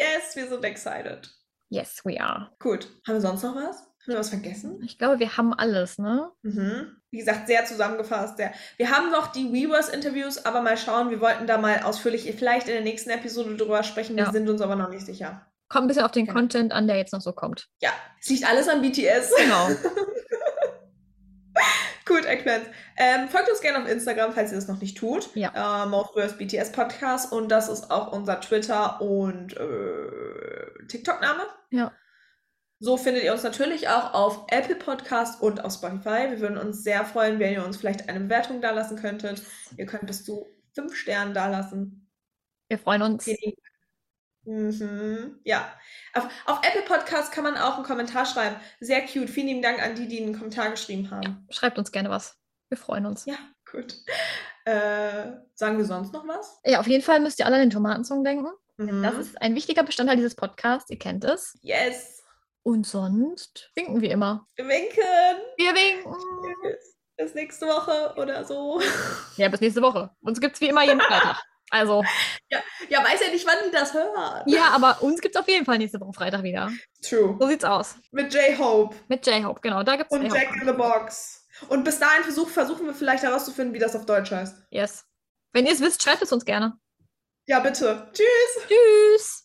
[SPEAKER 1] Yes, wir sind excited.
[SPEAKER 4] Yes, we are.
[SPEAKER 1] Gut. Haben wir sonst noch was? Haben wir was vergessen?
[SPEAKER 4] Ich glaube, wir haben alles, ne?
[SPEAKER 1] Mhm. Wie gesagt, sehr zusammengefasst. Sehr. Wir haben noch die Weavers-Interviews, aber mal schauen. Wir wollten da mal ausführlich vielleicht in der nächsten Episode drüber sprechen. Wir
[SPEAKER 4] Ja.
[SPEAKER 1] sind uns aber noch nicht sicher.
[SPEAKER 4] Kommt ein bisschen auf den
[SPEAKER 1] Ja.
[SPEAKER 4] Content an, der jetzt noch so kommt.
[SPEAKER 1] Ja, es liegt alles an BTS. *laughs*
[SPEAKER 4] Genau.
[SPEAKER 1] Gut, erklärt. Ähm, folgt uns gerne auf Instagram, falls ihr das noch nicht tut. Äh, Mouthverse BTS Podcast und das ist auch unser Twitter und äh, TikTok-Name.
[SPEAKER 4] Ja.
[SPEAKER 1] So findet ihr uns natürlich auch auf Apple Podcast und auf Spotify. Wir würden uns sehr freuen, wenn ihr uns vielleicht eine Bewertung dalassen könntet. Ihr könnt bis zu fünf Sternen dalassen.
[SPEAKER 4] Wir freuen uns.
[SPEAKER 1] Vielen Dank. Mhm, ja. Auf, auf Apple Podcast kann man auch einen Kommentar schreiben. Sehr cute. Vielen lieben Dank an die, die einen Kommentar geschrieben haben.
[SPEAKER 4] Schreibt uns gerne was. Wir freuen uns.
[SPEAKER 1] Ja, gut. Äh, sagen wir sonst noch was?
[SPEAKER 4] Ja, auf jeden Fall müsst ihr alle an den Tomatensong denken.
[SPEAKER 1] Mhm.
[SPEAKER 4] Das ist ein wichtiger Bestandteil dieses Podcasts. Ihr kennt es.
[SPEAKER 1] yes.
[SPEAKER 4] Und sonst winken wir immer.
[SPEAKER 1] Wir winken.
[SPEAKER 4] Wir winken.
[SPEAKER 1] Bis- Bis nächste Woche oder so.
[SPEAKER 4] Ja, bis nächste Woche. Uns gibt's wie immer *laughs* jeden Freitag. Also,
[SPEAKER 1] Ja, weiß ja nicht, wann die das hören.
[SPEAKER 4] ja, aber uns gibt's auf jeden Fall nächste Woche Freitag wieder.
[SPEAKER 1] True.
[SPEAKER 4] So sieht's aus.
[SPEAKER 1] Mit J-Hope
[SPEAKER 4] Mit J-Hope, genau. Da gibt's
[SPEAKER 1] und
[SPEAKER 4] J-Hope.
[SPEAKER 1] Jack in the Box. Und bis dahin versuch, versuchen wir vielleicht herauszufinden, wie das auf Deutsch heißt.
[SPEAKER 4] Yes. Wenn ihr es wisst, schreibt es uns gerne.
[SPEAKER 1] Ja, bitte. Tschüss.
[SPEAKER 4] Tschüss.